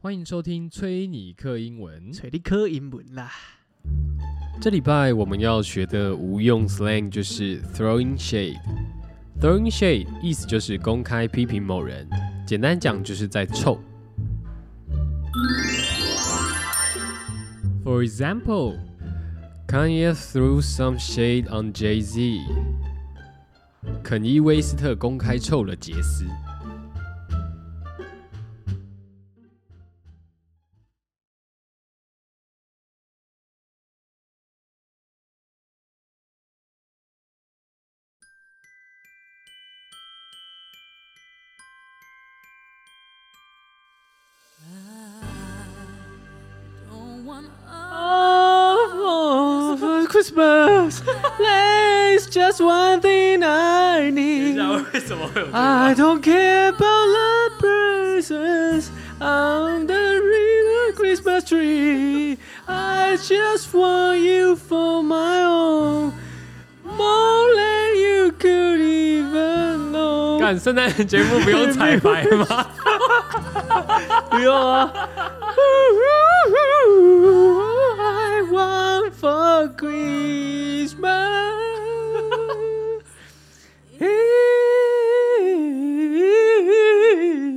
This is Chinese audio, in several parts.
欢迎收听崔尼克英文。找你考英文啦。这礼拜我们要学的无用 slang 就是 throwing shade。throwing shade 意思就是公开批评某人，简单讲就是在臭。For example, Kanye threw some shade on Jay Z。肯伊威斯特公开臭了杰斯。 Oh, for Christmas, there's just one thing I need. 为什么会有 I don't care about the presents on the real Christmas tree. I just want you for my own, more than you could even know. 干圣诞节目不用彩排吗？不用啊。I want for Christmas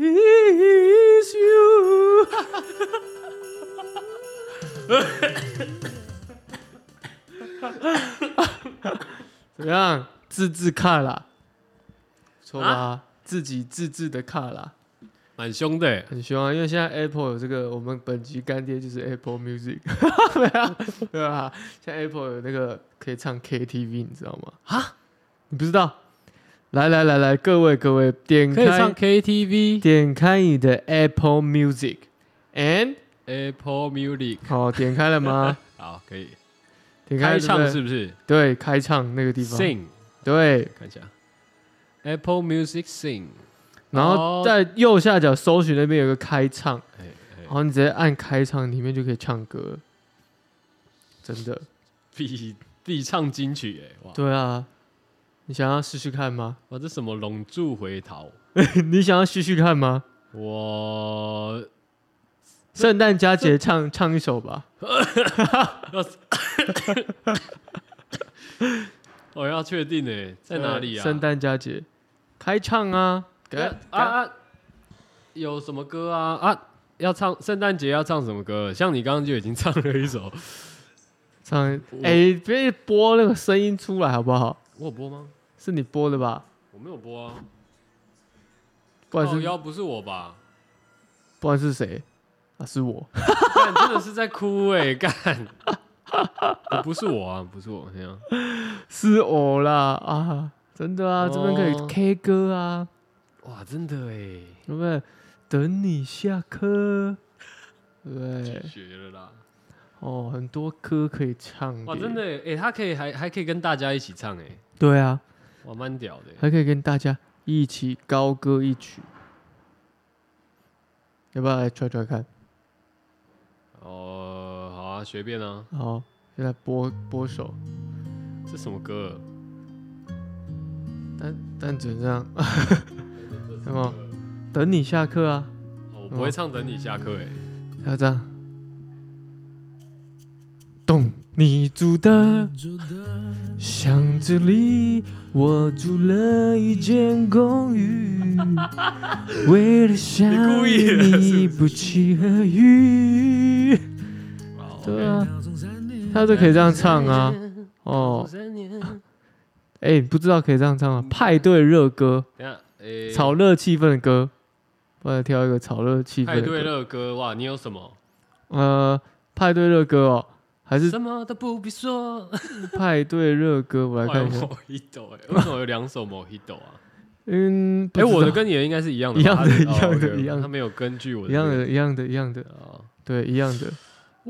is you。怎么样？自制卡啦，不错吧？自己自制的卡啦。 蛮凶的欸耶，很凶啊，因为现在 Apple 有这个，我们本集干爹就是 Apple Music，对啊，现在 Apple 有那个可以唱 KTV，你知道吗？啊，你不知道？来来来来，各位各位，点可以唱开 KTV、点开你的 Apple Music，and Apple Music。好、点开了吗？好，可以点开开了对不唱对是不是对，开唱那个地方， ？Sing，对，看一下，Apple Music Sing。然哦后在右下角搜寻那边有个开唱，哎哎然，后你直接按开唱，里面就可以唱歌了，真的。必哎必唱金曲哎，哇对啊，你想要试试看吗？ 哇，这什么龙柱回逃？你想要试试看吗？我圣诞佳节唱唱一首吧。我要确定哎，在哪里啊？圣诞佳节开 唱啊！给啊啊啊！有什么歌啊啊？要唱圣诞节要唱什么歌？像你刚刚就已经唱了一首，唱我哎，别播那个声音出来好不好？我有播吗？是你播的吧？我没有播啊，不管靠是腰不是我吧？不管是谁啊，是我。 干真的是在哭哎、干， 不是我啊，不是我，这样是我啦啊！真的啊，这边可哦以 K 歌啊，哇，真的哎、对不对？等你下课， 对不对拒绝了啦，哦，很多歌可以唱。哇，真的，哎、欸他可以还还可以跟大家一起唱哎、对啊，哇，蛮屌的、欸，还可以跟大家一起高歌一曲，要不要来 try try 看？哦、好啊，随便啊，好，现在哦播播首，这什么歌？啊但但只能这样， 什么？等你下课啊，哦我不会唱《等你下课》哎，还要这样，懂你煮的，巷子里我租了一间 公寓，为了想你故意的念你是不不期而遇。好对啊，他都可以这样唱啊。 哦，哎、不知道可以这样唱吗？派对热歌，等一下，欸诶、炒热气氛的歌，我来挑一个炒热气氛派的对歌。乐歌哇，你有什么？呃，派对热歌哦，还是什么都不必说。派对热歌？我来看一 下。某一斗哎，为什么有两首某一斗啊？嗯，不哎，知道我的跟你的应该是一样的吧，一样的他是一样的哦，OK，一样的他没有根据我一样这的，一样的，一样的个，啊。对，一样的。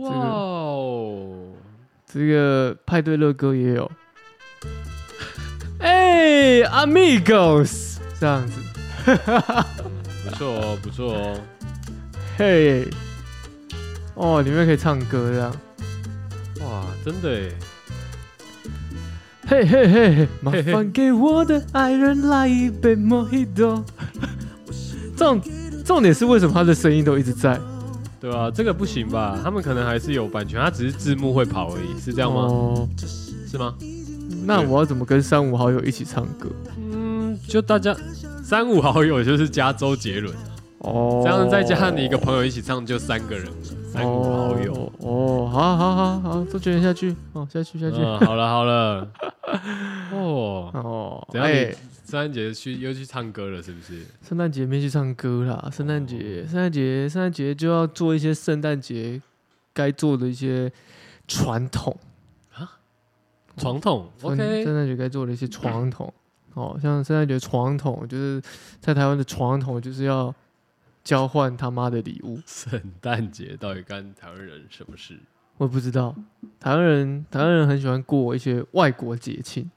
哇哦，这个派对热歌也有。哎、a m i g o s 这样子，不错哦，不错哦。嘿，哦，里面可以唱歌这样。哇，真的哎，嘿嘿嘿，嘿，麻嘿嘿烦给我的爱人来一杯莫吉托。重重点是为什么他的声音都一直在？对吧、这个不行吧？他们可能还是有版权，它只是字幕会跑而已，是这这样吗？哦，是吗？那我要怎么跟三五好友一起唱歌？嗯，就大家三五好友就是加周杰伦，哦，这样再加上你一个朋友一起唱，就三个人了，三五好友。哦。哦，好好好好，周杰伦下去，哦，下去下去。嗯，好了好 了，哦，哦，怎样你圣诞节去又去唱歌了是不是？圣诞节没去唱歌啦，圣诞节，圣诞节，圣诞节就要做一些圣诞节该做的一些传统。哦传统传圣，OK，诞节该做的一些传统。哦，像圣诞节传统，就是在台湾的传统就是要交换他妈的礼物。圣诞节到底干台湾人什么事？我也不知道，台湾人台湾人很喜欢过一些外国节庆。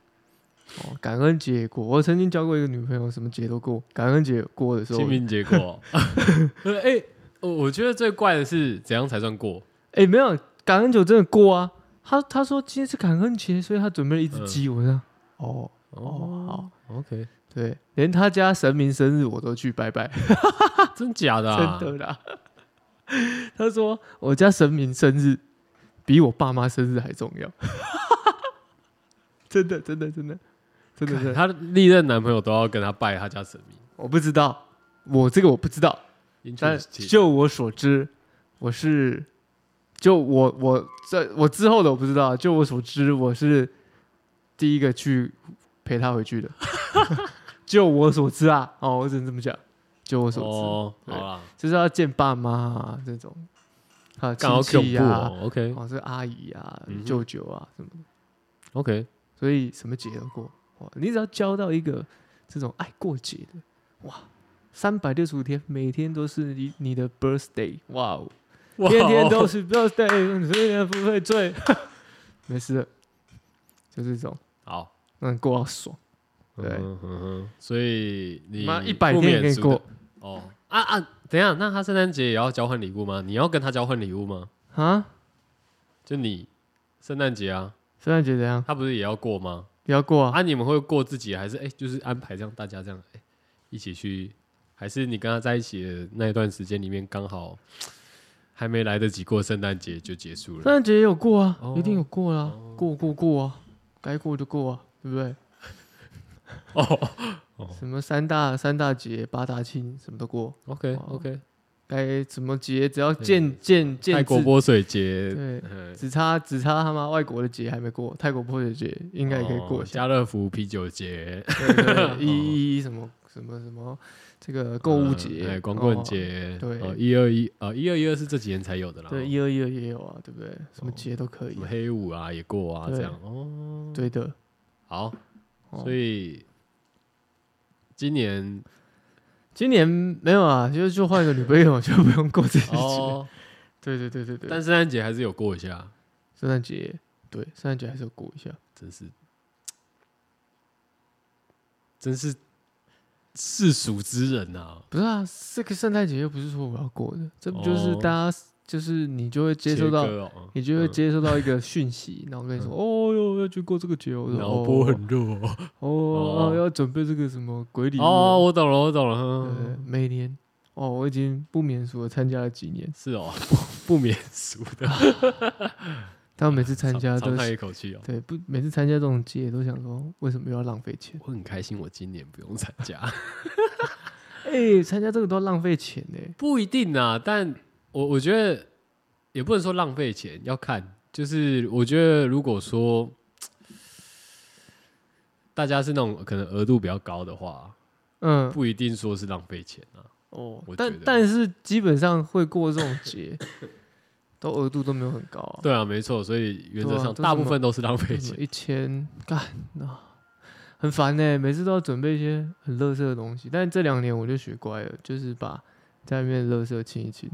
哦，感恩节也过，我曾经交过一个女朋友，什么节都过。感恩节过的时候清，明节过， 呃哎、我我觉得最怪的是怎样才算过？哎、没有感恩酒真的过啊。他他说今天是感恩节，所以他准备了嗯一只鸡。我说哦哦好， ，OK，对，连他家神明生日我都去拜拜，真假的、啊？真的啦。 他说我家神明生日比我爸妈生日还重要， 真的真的真的真的真的，她历任男朋友都要跟她拜她家神明。我不知道，我这个我不知道，但 Interesting 就我所知，我是就我我这我之后的我不知道，就我所知，我是第一个去陪他回去 的。就我所知啊，哦，我只能这么讲。就我所知，哦，对好啦，就是要见爸妈、啊、这种，还有刚好亲恐戚怖呀、哦。OK 哦，是阿姨啊、嗯哼舅舅啊什么的， OK，所以什么节都过。哇，你只要交到一个这种爱过节的，哇，三百六十五天，每天都是你你的 birthday，哇哦！天天都是 birthday，所以不 会醉。没事的，就是这种好。让你过到爽。对嗯哼嗯哼所以你妈，一百不天也可免以俗过的哦啊啊！等一下，那他圣诞节也要交换礼物吗？你要跟他交换礼物吗？啊！就你圣诞节啊，圣诞节怎样？他不是也要过吗？也要过啊？啊，你们会过自己还是哎、就是安排这样大家这样哎、一起去，还是你跟他在一起的那一段时间里面刚好还没来得及过圣诞节就结束圣了？诞节也有过啊，哦一定有过啦、哦过过过啊，该过就过啊，对不对？ 哦什么三大三大节、八大庆，什么都过。 ，OK OK，该什么节，只要对见见泰见国字，泼水节，对，嗯，只差只差他妈外国的节还没过，泰国泼水节应该也可以过哦一下。家乐福啤酒节、对对 对一一什么什么什么这个购物节、嗯哎光棍哦节，对哦，一二一，呃，一二一二是这几年才有的啦，对，哦一二一二也有啊，对不对？什么哦节都可以什么，黑五啊也过啊，对这样哦，对的。好，哦所以今 年今年没有啊，就就换一个女朋友，就不用过这些节。哦，对对对对对，但圣诞节还是有过一下，圣诞节，对，圣诞节还是要过一下。真是，真是世俗之人啊，不是啊，这个圣诞节又不是说我要过的，这不就是哦大家就是你就会接收到切，割嗯哦你就会嗯接收到一个讯息，然后跟你说，哦哟要去过这个节哦，我说脑波哦很弱哦哦哦哦要准备这个什么鬼礼物哦，我懂了，我懂了对嗯，每年哦我已经不免俗的参加了几年，是哦，不不免俗的，但我每次参长加长都叹是一口气哦。对，不每次参加这种节都想说，为什么又要浪费钱？我很开心，我今年不用参加，哎、参加这个都要浪费钱呢、不一定啊，但我我觉得也不能说浪费钱，要看，就是我觉得如果说大家是那种可能额度比较高的话，嗯，不一定说是浪费钱啊。哦我，但觉得但是基本上会过这种节，都额度都没有很高啊，对啊，没错，所以原则对啊上都是大部分都是浪费什么 钱。一千干啊，很烦呢、每次都要准备一些很垃圾的东西。但这两年我就学乖了，就是把家里面的垃圾清一清，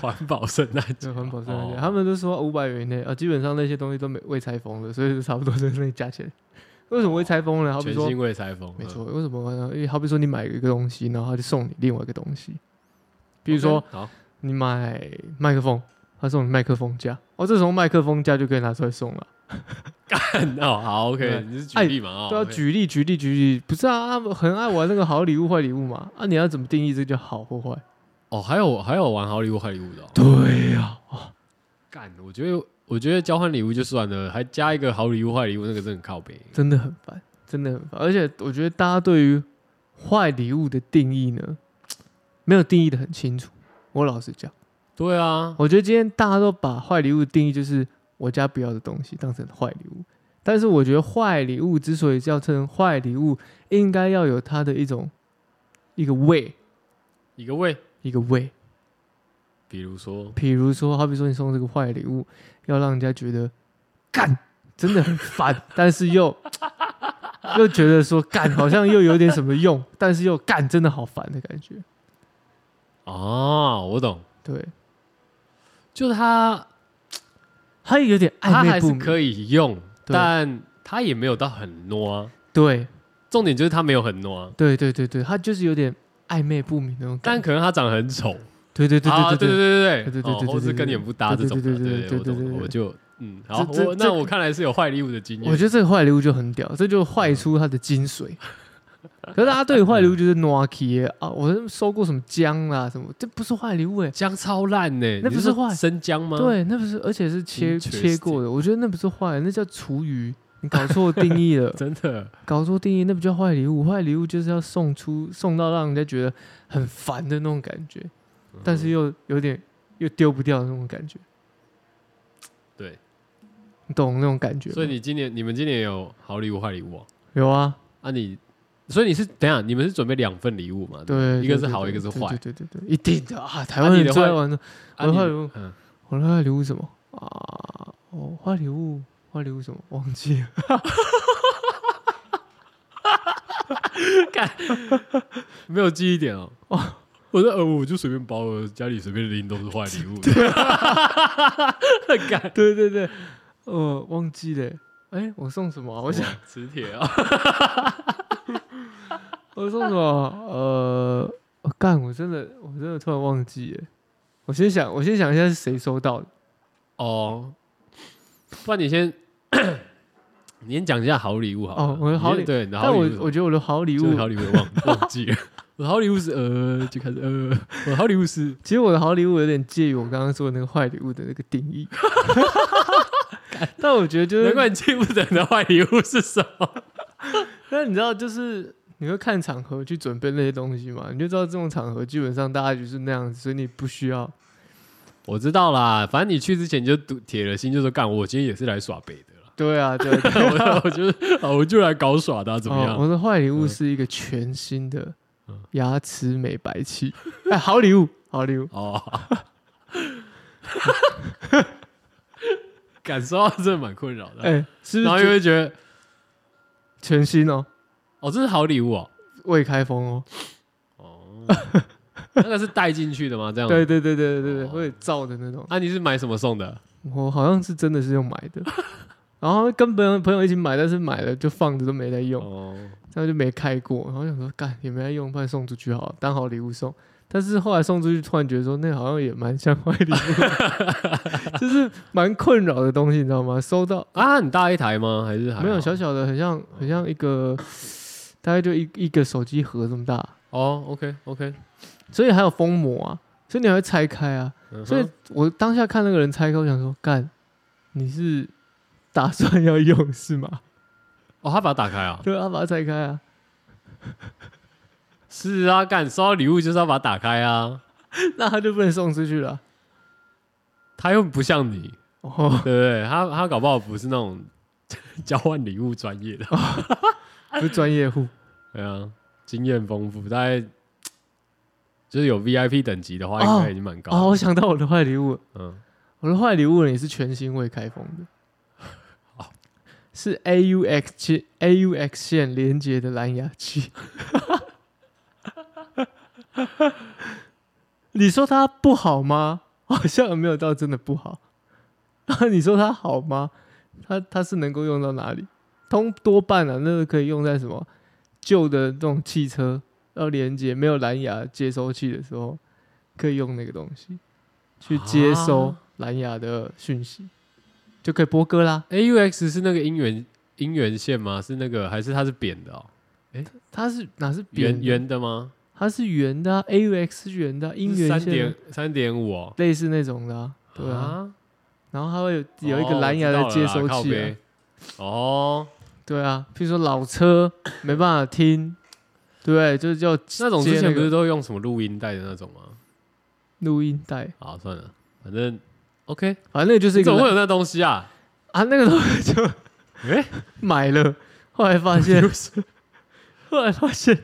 环保圣诞节就啊，环保圣诞节。哦他们都说五百元以内啊，基本上那些东西都没未拆封的，所以就差不多就是那价钱。为什么会拆封呢？好比全说新未拆封，没嗯 错，为什么呢？因为好比说你买一个东西，然后他就送你另外一个东西，比如说 OK，好， 你买麦克风，他送你麦克风架，哦，这时候麦克风架就可以拿出来送了。看哦，好对 OK，你是举哎例嘛？哦对啊， ，OK 举例举例举例，不是啊，他们很爱玩那个好礼物坏礼物嘛，啊，你要怎么定义这叫好或坏？哦，还有还有玩好礼物坏礼物的哦、对呀、干，我觉得我觉得交换礼物就算了，还加一个好礼物坏礼物，那个真的很靠北。真的很烦，真的很烦。而且我觉得大家对于坏礼物的定义呢，没有定义的很清楚。我老实讲，对啊，我觉得今天大家都把坏礼物定义就是我家不要的东西当成坏礼物，但是我觉得坏礼物之所以叫成坏礼物，应该要有它的一种一个味，一个味，一个味。比如说，比如说，好比说你送这个坏礼物，要让人家觉得干真的很烦，但是 又又觉得说干好像又有点什么用，但是又干真的好烦的感觉。哦，我懂，对，就是它他有点暧它昧还不是明。可以用，对但它也没有到很糯啊。对重点就是它没有很糯啊，对对对对，他就是有点暧昧不明那种感但觉。可能它长得很丑。对对对啊对对对对对对对对哦对或是跟你很不搭这对种的，对对对对我对对懂，对我就嗯，好，这我这那我看来是有坏礼物的经对，验。我觉得这个坏礼物就很屌，这就坏出它的精髓。可是大家对坏礼物就是 n o k i 啊，我收过什么姜啦、什么，这不是坏礼物哎、姜超烂呢，那你不是说坏生姜吗？，对，那不是，而且是切 Interesting，切过的，我觉得那不是坏，那叫厨余。你搞错定义了 真的搞错定义，那不叫坏礼物。坏礼物就是要送出，送到让人家觉得很烦的那种感觉，嗯但是又有点又丢不掉的那种感觉。对，你懂那种感觉吗？所以你今年你们今年有好礼物坏礼物哦有啊？啊？你所以你是等一下你们是准备两份礼物嘛？不对，一个对是对好，对一个是对坏。对对对，对一定的啊！台啊湾你人的最爱坏玩的，啊我的你坏礼物嗯，我的坏礼物是什么啊？哦，坏礼物，坏礼物什么？忘记了。 没有记忆点哦。我说呃，我就随便包了，家里随便拎都是坏礼 物。干，对对对，呃，忘记了。哎，我送什么啊、我想哇磁铁啊， 我送什么？啊呃，我干，我真的，我真的突然忘记耶。我先想，我先想一下是谁收到的。哦，不然你先， 你先讲一下好礼物好了。哦我的好礼你先对，你的好但礼物我是什么，我觉得我的好礼真物的，好礼物忘忘记 了。我的好礼物是呃，就开始呃，我的好礼物是其实我的好礼物有点介于我刚刚说的那个坏礼物的那个 定义。 但我觉得就难是，怪你记不得你的坏礼物是什么。但你知道，就是你会看场合去准备那些东西嘛，你就知道这种场合基本上大家就是那样子，所以你不需要。我知道啦，反正你去之前你就赌铁了心，就说干，我今天也是来耍北的啦。对啊，对啊对 我啊我就啊我就来搞耍的啊、怎么样？哦、我的坏礼物嗯是一个全新的嗯牙齿美白器， 哎，好礼物，好礼物。哦， 感受到真的蛮困扰的，哎、是嗯然后不是又觉会觉得全新哦？哦，这是好礼物哦，未开封哦？哦，那个是带进去的吗？这样对对对对对对，哦会造的那种。啊，你是买什么送的？我好像是真的是用买的， 然后跟朋友朋友一起买，但是买了就放着都没在用，哦，然后就没开过。然后想说，干也没在用，不然送出去好了，当好礼物送。但是后来送出去，突然觉得说，那好像也蛮像坏礼物，就是蛮困扰的东西，你知道吗？收到啊，很大一台吗？还是还好没有小小的，很像很像一个，大概就一一个手机盒这么大，哦？OK OK，所以还有封膜啊，所以你还会拆开啊。嗯所以我当下看那个人拆开，我想说，干，你是打算要用是吗？ 哦，他把它打开啊，对啊，把它拆开啊。是啊，干收到礼物就是要把它打开啊，那他就不能送出去了。他又不像你， 哦，对不对？他他搞不好不是那种 交换礼物专业的，不是专业户，对啊，经验丰富，大概就是有 VIP 等级的话，哦应该已经蛮高哦，我了。想到我的坏礼物了，嗯，我的坏礼物呢也是全新未开封的， 是 AUX 线 AUX 线连接的蓝牙器。 你说它不好吗？好像也没有到真的不好。 你说它好吗？它它是能够用到哪里？通多半啊，那个可以用在什么旧的这种汽车要连接没有蓝牙接收器的时候，可以用那个东西去接收啊蓝牙的讯息，就可以播歌啦。 AUX 哎是那个音源音源线吗？是那个还是它是扁的哦？它是哪是扁圆的圆的吗？它是圆的、啊、，AUX 是圆的啊、音三圆线点啊三点五哦，类似那种的啊、对啊。啊，然后它会有有一哦个蓝牙的接收我知道了啦靠器、啊背哦，对啊，譬如说老车没办法听，对不对，就是叫那种接之前那不个是都用什么录音带的那种吗？录音带，啊，算了，反正 OK，啊反正那个就是一怎么会个有那东西啊？啊，那个东 西就哎、买了，后来发现， 后来发现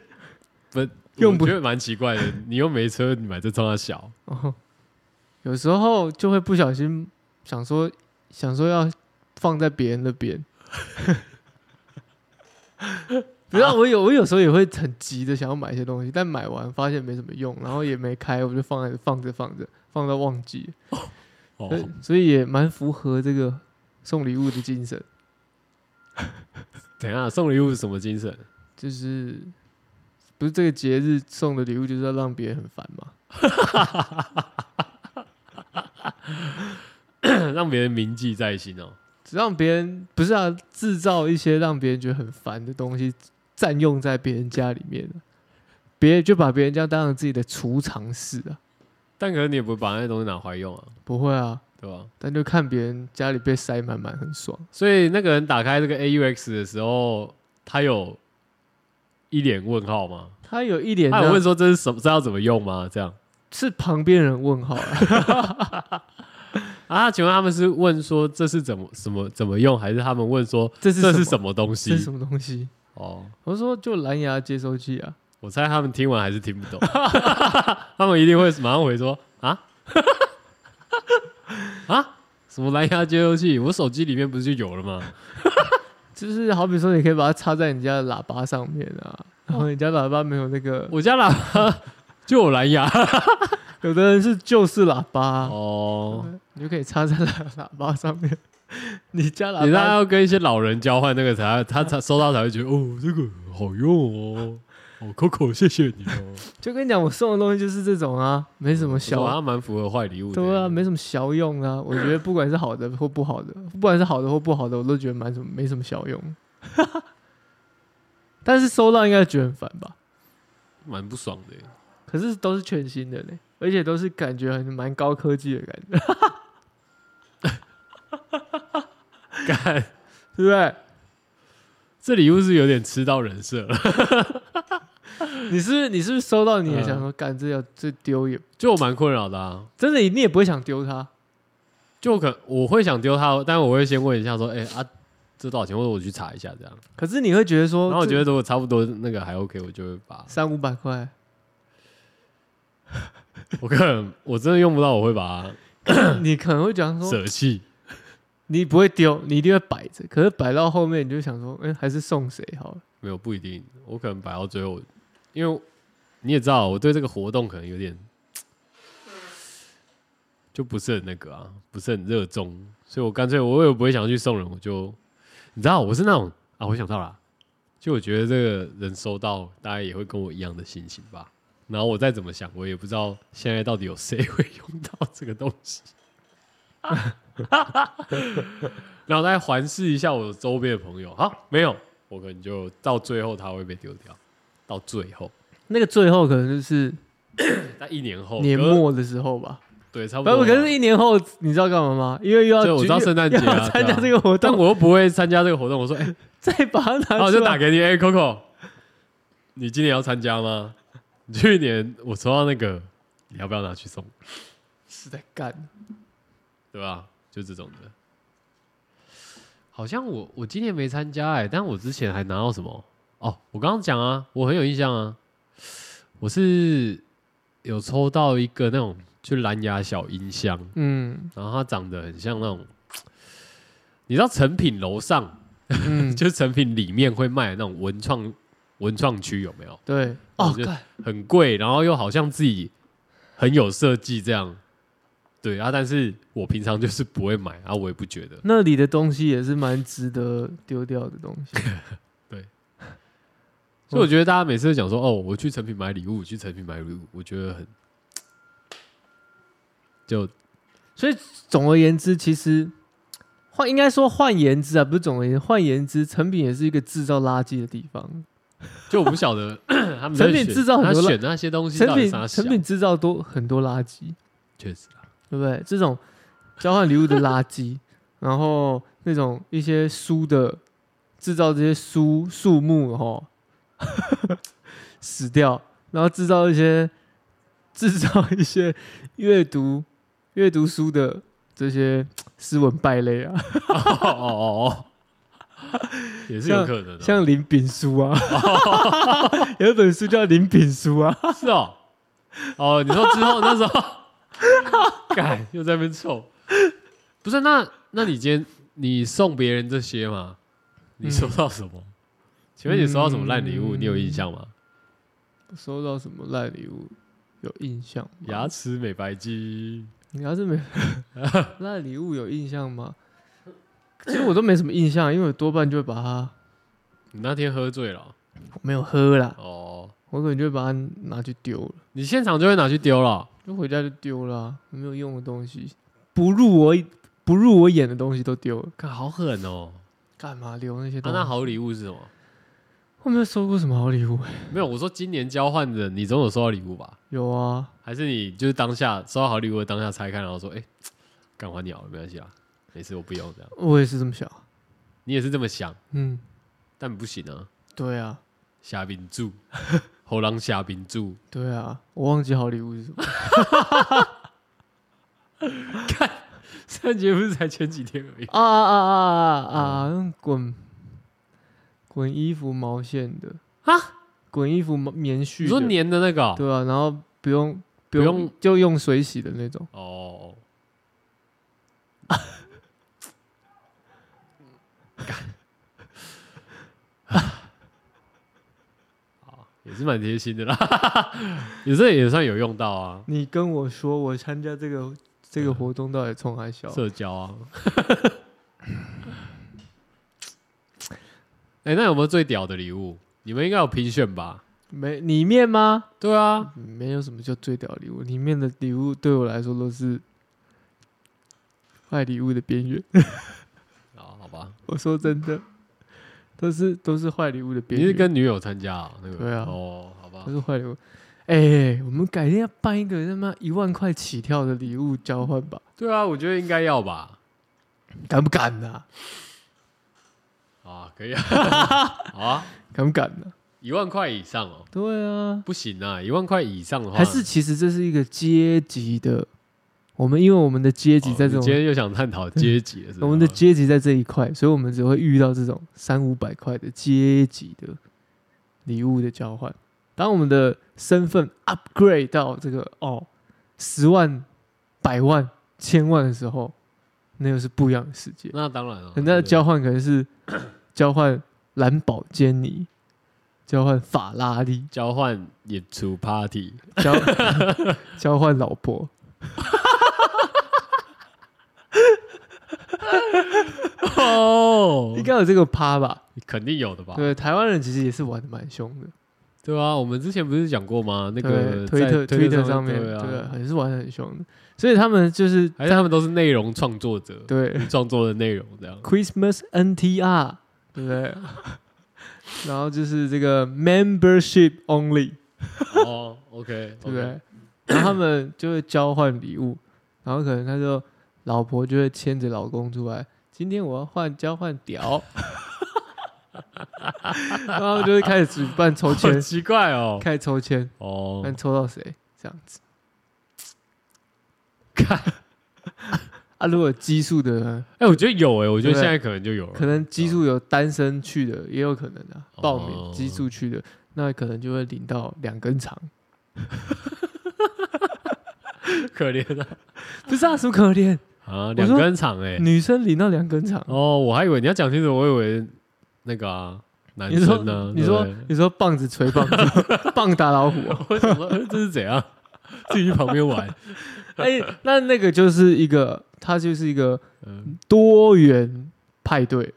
用不我觉得蛮奇怪的，你又没车，你买这冲它小，哦，有时候就会不小心想说想说要放在别人那边， 不啊知道我有我有时候也会很急的想要买一些东西，但买完发现没什么用，然后也没开，我就放在放着放着放到忘记了。哦，对，所以也蛮符合这个送礼物的精神，等一下送礼物是什么精神？就是不是这个节日送的礼物就是要让别人很烦嘛？ 让别人铭记在心哦。只让别人不是啊，制造一些让别人觉得很烦的东西，占用在别人家里面别人就把别人家当成自己的储藏室啊，但可能你也不会把那东西拿回来用啊，不会啊，对吧？但就看别人家里被塞满满，很爽。所以那个人打开这个 AUX 的时候，他有一脸问号吗？他有一点他有那问说这是什么？这要怎么用吗？这样是旁边人问号啊，啊？请问他们是问说这是怎么什么怎么用，还是他们问说这是这是么？什么东这西是？什么东西？哦，我说就蓝牙接收器啊，我猜他们听完还是听不懂， 他们一定会马上回说啊 啊什么蓝牙接收器？我手机里面不是就有了吗？就是好比说，你可以把它插在你家的喇叭上面啊，然哦后你家喇叭没有那个，我家喇叭就有蓝牙有的人是就是喇叭啊， 哦。你就可以插在喇喇叭上面。你家你喇那叭要跟一些老人交换那个才，他才收到才会觉得哦，这个好用哦。哦，Coco，谢谢你哦。就跟你讲，我送的东西就是这种啊，没什么小小，他蛮符合坏礼物的。对啊，没什么小用啊。我觉得不管是好的或不好的，不管是好的或不好的，我都觉得蛮什么没什么小用。 但是收到应该觉得很烦吧？蛮不爽的耶。可是都是全新的呢，而且都是感觉很蛮高科技的感觉， 干，对不对？这礼物是有点吃到人设了。你是不是你是不是收到你也嗯想说，干这要这丢也就我蛮困扰的啊。真的你也不会想丢它，就可我会想丢它，但我会先问一下说，哎、啊，这多少钱？或者我去查一下这样。可是你会觉得说，然后我觉得得如果差不多那个还 OK，我就会把。三五百块， 我可能我真的用不到，我会把你可能会讲它说，舍弃。你不会丢，你一定会摆着，可是摆到后面你就想说，哎、还是送谁好了？没有不一定，我可能摆到最后，因为你也知道，我对这个活动可能有点就不是很那个啊，不是很热衷，所以我干脆我也不会想去送人，我就你知道我是那种啊，我想到了，就我觉得这个人收到大概也会跟我一样的心情吧。然后我再怎么想，我也不知道现在到底有谁会用到这个东西。 然后再环视一下我周边的朋友，好，没有，我可能就到最后它会被丢掉，到最后，那个最后可能就是在一年后年隔末的时候吧，对，差不哦多不是，啊。可是一年后你知道干嘛吗？因为又要对我知道举圣诞节啊要参加对啊这个活但动，我又不会参加这个活动，我说， 哎、再把它拿出来，然后我就打给你，哎、c o c o 你今年要参加吗？你去年我抽到那个，你要不要拿去送？是在干，对吧？就这种的。好像我我今年没参加哎、但我之前还拿到什么？哦，我刚刚讲啊，我很有印象啊，我是有抽到一个那种就蓝牙小音箱，嗯然后它长得很像那种，你知道成品楼上嗯， 就是成品里面会卖的那种文创文创区有没有？对，我哦，觉得干很贵，然后又好像自己很有设计这样。对啊，但是我平常就是不会买啊，我也不觉得。那里的东西也是蛮值得丢掉的东 西，所以我觉得大家每次都讲说，哦，我去成品买礼物，我去成品买礼物，我觉得很，就总而言之，其实换应该说换言之啊，不是总而言之，换言之，成品也是一个制造垃圾的地方。就我不晓得 他们在成品选制造他很多选那些东西成到底品啥小？成品制造多很多垃圾，确实啊，对不对？这种交换礼物的垃圾，然后那种一些书的制造这些书树木哈 死掉，然后制造一些制造一些阅读阅读书的这些斯文败类啊，哦哦哦哦，也是有像可能的。像林炳书啊， 有一本书叫林炳书啊，是哦，哦，你说之后那时候，改又在那边凑，不是？那那你今天你送别人这些嘛？你收到什么？请问你收到什么烂礼物？你有印象吗？收到什么烂礼物有印象吗？牙齿美白机，你要 是没那礼物有印象吗？其实我都没什么印象，因为我多半就会把它你那天喝醉了哦我没有喝啦，哦，我可能就会把它拿去丢了，你现场就会拿去丢了。就回家就丢了啊，没有用的东西，不入我不入我眼的东西都丢了，看好狠哦！干嘛留那些啊东西？那好礼物是什么？我没有收过什么好礼物、没有，我说今年交换的，你总有收到礼物吧？有啊，还是你就是当下收到好礼物的当下拆开，然后说，哎、干完鸟了，没关系啦，没事，我不用这样。我也是这么想，你也是这么想，嗯，但不行啊，对啊，虾兵 柱，猴狼虾兵柱，对啊，我忘记好礼物是什么，三节不是才前几天而已。啊啊啊啊啊啊！嗯那滚滚衣服毛线的啊，滚衣服毛棉絮你的，说粘的那个哦、对啊，然后不用不不用用就用水洗的那种，哦， 干 好也是蛮贴心的啦， 你这也算有用到啊，你跟我说我参加这个这嗯个活动到底冲还小？社交啊。 哎、那有没有最屌的礼物？你们应该有评选吧？没里面吗？嗯对啊，没有什么叫最屌礼物，里面的礼物对我来说都是坏礼物的边缘。 哦啊，好吧，我说真的，都是都是坏礼物的你边是缘，跟女友参加、啊、那个？对啊哦，好吧都，是坏礼物。哎、我们改天要办一个他妈一万块起跳的礼物交换吧，对啊，我觉得应该要吧。敢不敢呐、啊，可 以啊，好啊，敢不敢呐、一万块以上哦，对啊，不行啊，一万块以上的话，还是其实这是一个阶级的，我们因为我们的阶级在这哦你今种，天又想探讨阶级哦了是吧 我们的阶级在这一块，所以我们只会遇到这种三五百块的阶级的礼物的交换。当我们的身份 upgrade 到这个哦十万、百万、千万的时候，那又是不一样的世界。那当然了，人家的对交换可能是交换蓝宝坚尼，交换法拉利，交换演出 party，交交换老婆。哦哦应，该有这个趴吧？肯定有的吧？对，台湾人其实也是玩的蛮凶的，对啊，我们之前不是讲过吗？那个对推特在推特特上面，对啊，对，也是玩的很凶的，所以他们就是还是他们都是内容创作者，对创作的内容这样。 Christmas NTR，对不对？ 然后就是这个 membership only，哦，OK， 对不对？然后他们就会交换礼物，然后可能他就老婆就会牵着老公出来，今天我要换交换 屌，然后他们就会开始举办抽好签，奇怪哦，开始抽签，哦，看抽到谁这样 子。看啊，如果奇数的呢，哎，我觉得有哎，我觉得对现在可能就有了，可能奇数有单身去的，也有可能啊，哦报名奇数去的，那可能就会领到两根肠。可怜啊不是啊，什么可怜，啊，说嗯两根肠哎，女生领到两根肠。哦，我还以为你要讲清楚，我以为那个啊，男你说生呢？你说对不对你说棒子锤棒子， 棒打老虎、啊。我想说呃这是怎 样？自己去旁边玩，哎、那那个就是一个，它就是一个 嗯，多元派对，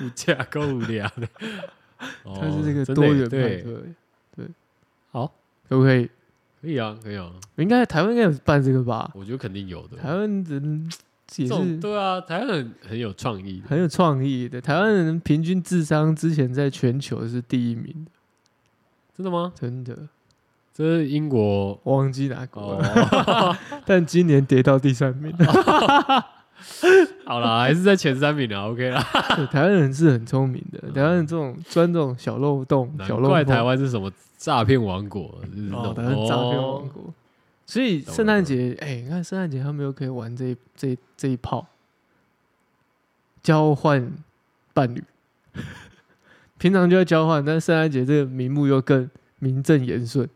物价够无聊的。哦它是这个真的多耶元派对，对，对，好，可不可以？可以啊，可以啊，应该台湾应该有办这个吧？我觉得肯定有的。台湾人这也种是对啊，台湾很很有创意的，很有创意的。台湾人平均智商之前在全球是第一名的，真的吗？真的，这是英国我忘记哪国哦了，，但今年跌到第三名。 好啦，还是在前三名啊，OK 啦。对台湾人是很聪明的，台湾人这种钻这种小漏洞、嗯难小漏怪洞，台湾是什么诈骗王国，就是那哦，种台湾诈骗王哦国。所以圣诞节，哎、你看圣诞节他们又可以玩这一这一这一炮，交换伴侣。 平常就要交换，但是圣诞节这个名目又更名正言顺，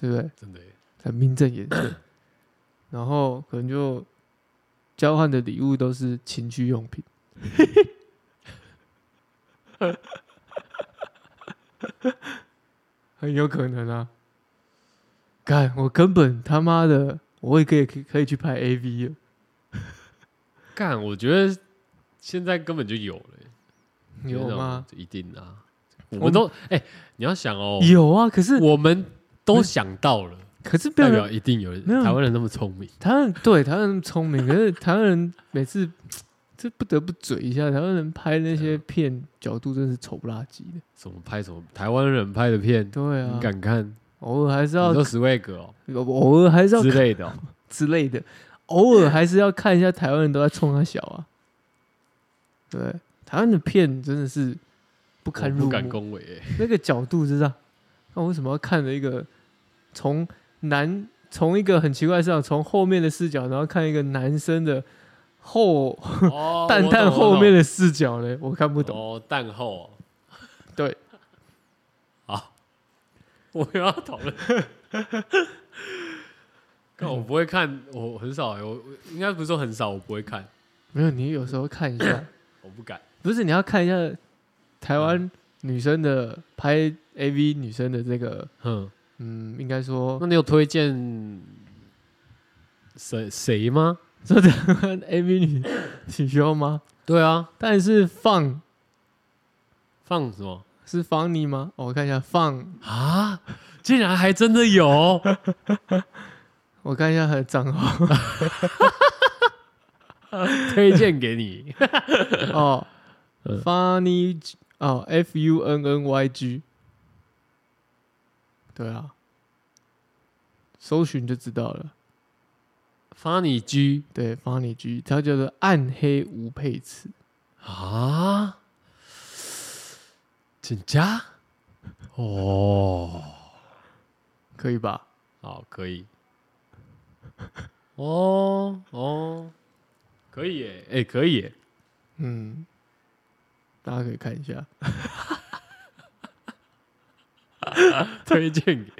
对不对？真的耶。很名正言 顺。然后可能就交换的礼物都是情趣用品。 很有可能啊！干，我根本他妈的，我也可以可以可以去拍 AV 了。干，我觉得现在根本就有了耶，欸有吗？？一定啊，我们们都哎、你要想哦，有啊，可是我们都想到了，可是不代要表一定有人没有台湾人那么聪明，台湾人对台湾人聪明，可是台湾人每次这不得不嘴一下，台湾人拍那啊些片角度真是丑不拉几的。什么拍什么台湾人拍的片，对啊你，敢看？偶尔还是要你说 swag 哦偶尔还是要之类的哦、之类的，偶尔还是要看一下台湾人都在冲他小啊。对，台湾的片真的是不堪我入不敢目，恭维耶、那个角度是这样。那我为什么要看了一个从男从一个很奇怪的视角，从后面的视角，然后看一个男生的后哦蛋蛋后面的视角嘞？我看不不懂。哦，蛋后哦、 对， 好， 我又要讨论。但我不会看，我很少欸耶，我我应该不是说很少，我不会看，没有，你有时候看 一下，我不敢。不是你要看一下台嗯湾女生的拍 AV 女生的这个。哼。嗯，应该说 那你有推荐谁谁吗？说的 AV 女女优吗？对啊，但是放放什么是放你吗？哦我看一下放，啊？竟然还真的有， 我看一下她的账号推荐给 你。哦，funny 哦，f u n n y g，对啊，搜寻就知道了。 Funny G 对，funny g，它叫做暗黑无配词，啊，请假哦，可以吧？好，可以。哦哦，可以耶，哎、可以耶，嗯，大家可以看一下。推荐给。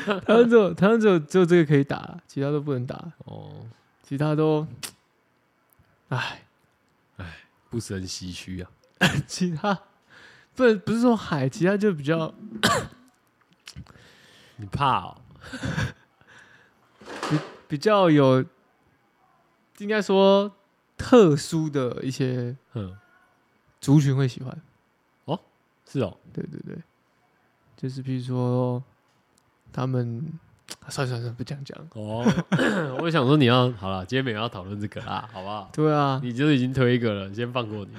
台湾只有台湾只有只有这个可以打，其他都不能打，哦，其他都，唉。不生唏嘘啊。其他不是不是说海，其他就比较你怕哦？比较有，应该说特殊的一些哼，族群会喜欢。是哦，对对对，就是比如说他们，啊算了算了算了，不讲讲了。哦， 我想说你要好了，今天没有要讨论这个啦，好不好？对啊，你就已经推一个了，先放过你。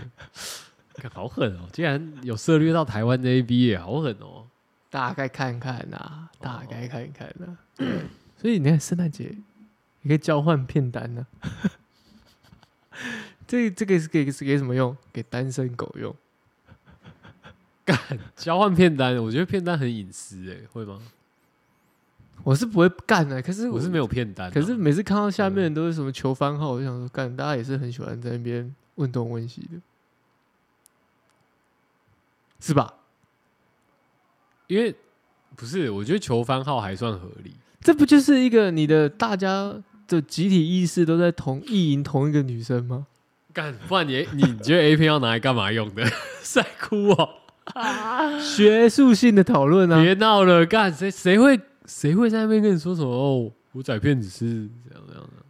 看好狠哦！竟然有涉猎到台湾的 A B 耶，好狠哦！大概看看呐、大概看看呐、对所以你看圣诞节，你可以交换片单呐、 这这个是给是给什么用？给单身狗用。交换片单，我觉得片单很隐私哎，会吗？我是不会干的、可是我是没有片单啊、可是每次看到下面都是什么求番号，我就想说，干，大家也是很喜欢在那边问东问西的，是吧？因为不是，我觉得求番号还算合理。这不就是一个你的大家的集体意识都在同意淫同一个女生 吗？干，不然你你觉得 A 片要拿来干嘛用 的？晒哭哦！学术性的讨论啊，别闹了，干谁谁会谁会在那边跟你说什么？哦，五仔片只是这样这样的。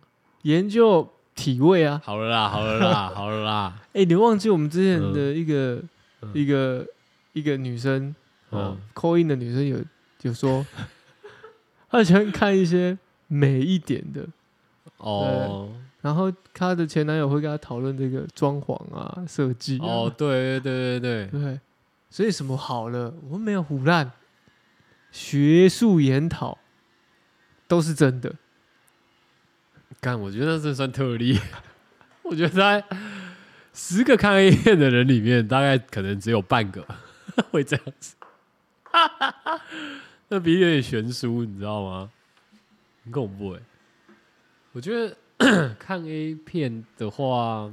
研究体味啊。好了啦，好了啦，好了啦。 哎，你忘记我们之前的一个嗯一个一个女生哦嗯，call in 的女生有有说，她喜欢看一些美一点的哦然后她的前男友会跟她讨论这个装潢啊、设计啊哦，对对对对对，对，所以什么好了，我们没有胡乱，学术研讨都是真的。干，我觉得这算特例。 我觉得在十个看 A 片的人里面，大概可能只有半个 会这样子，那比例有点悬殊，你知道吗？很恐怖哎、我觉得 看 A 片的话，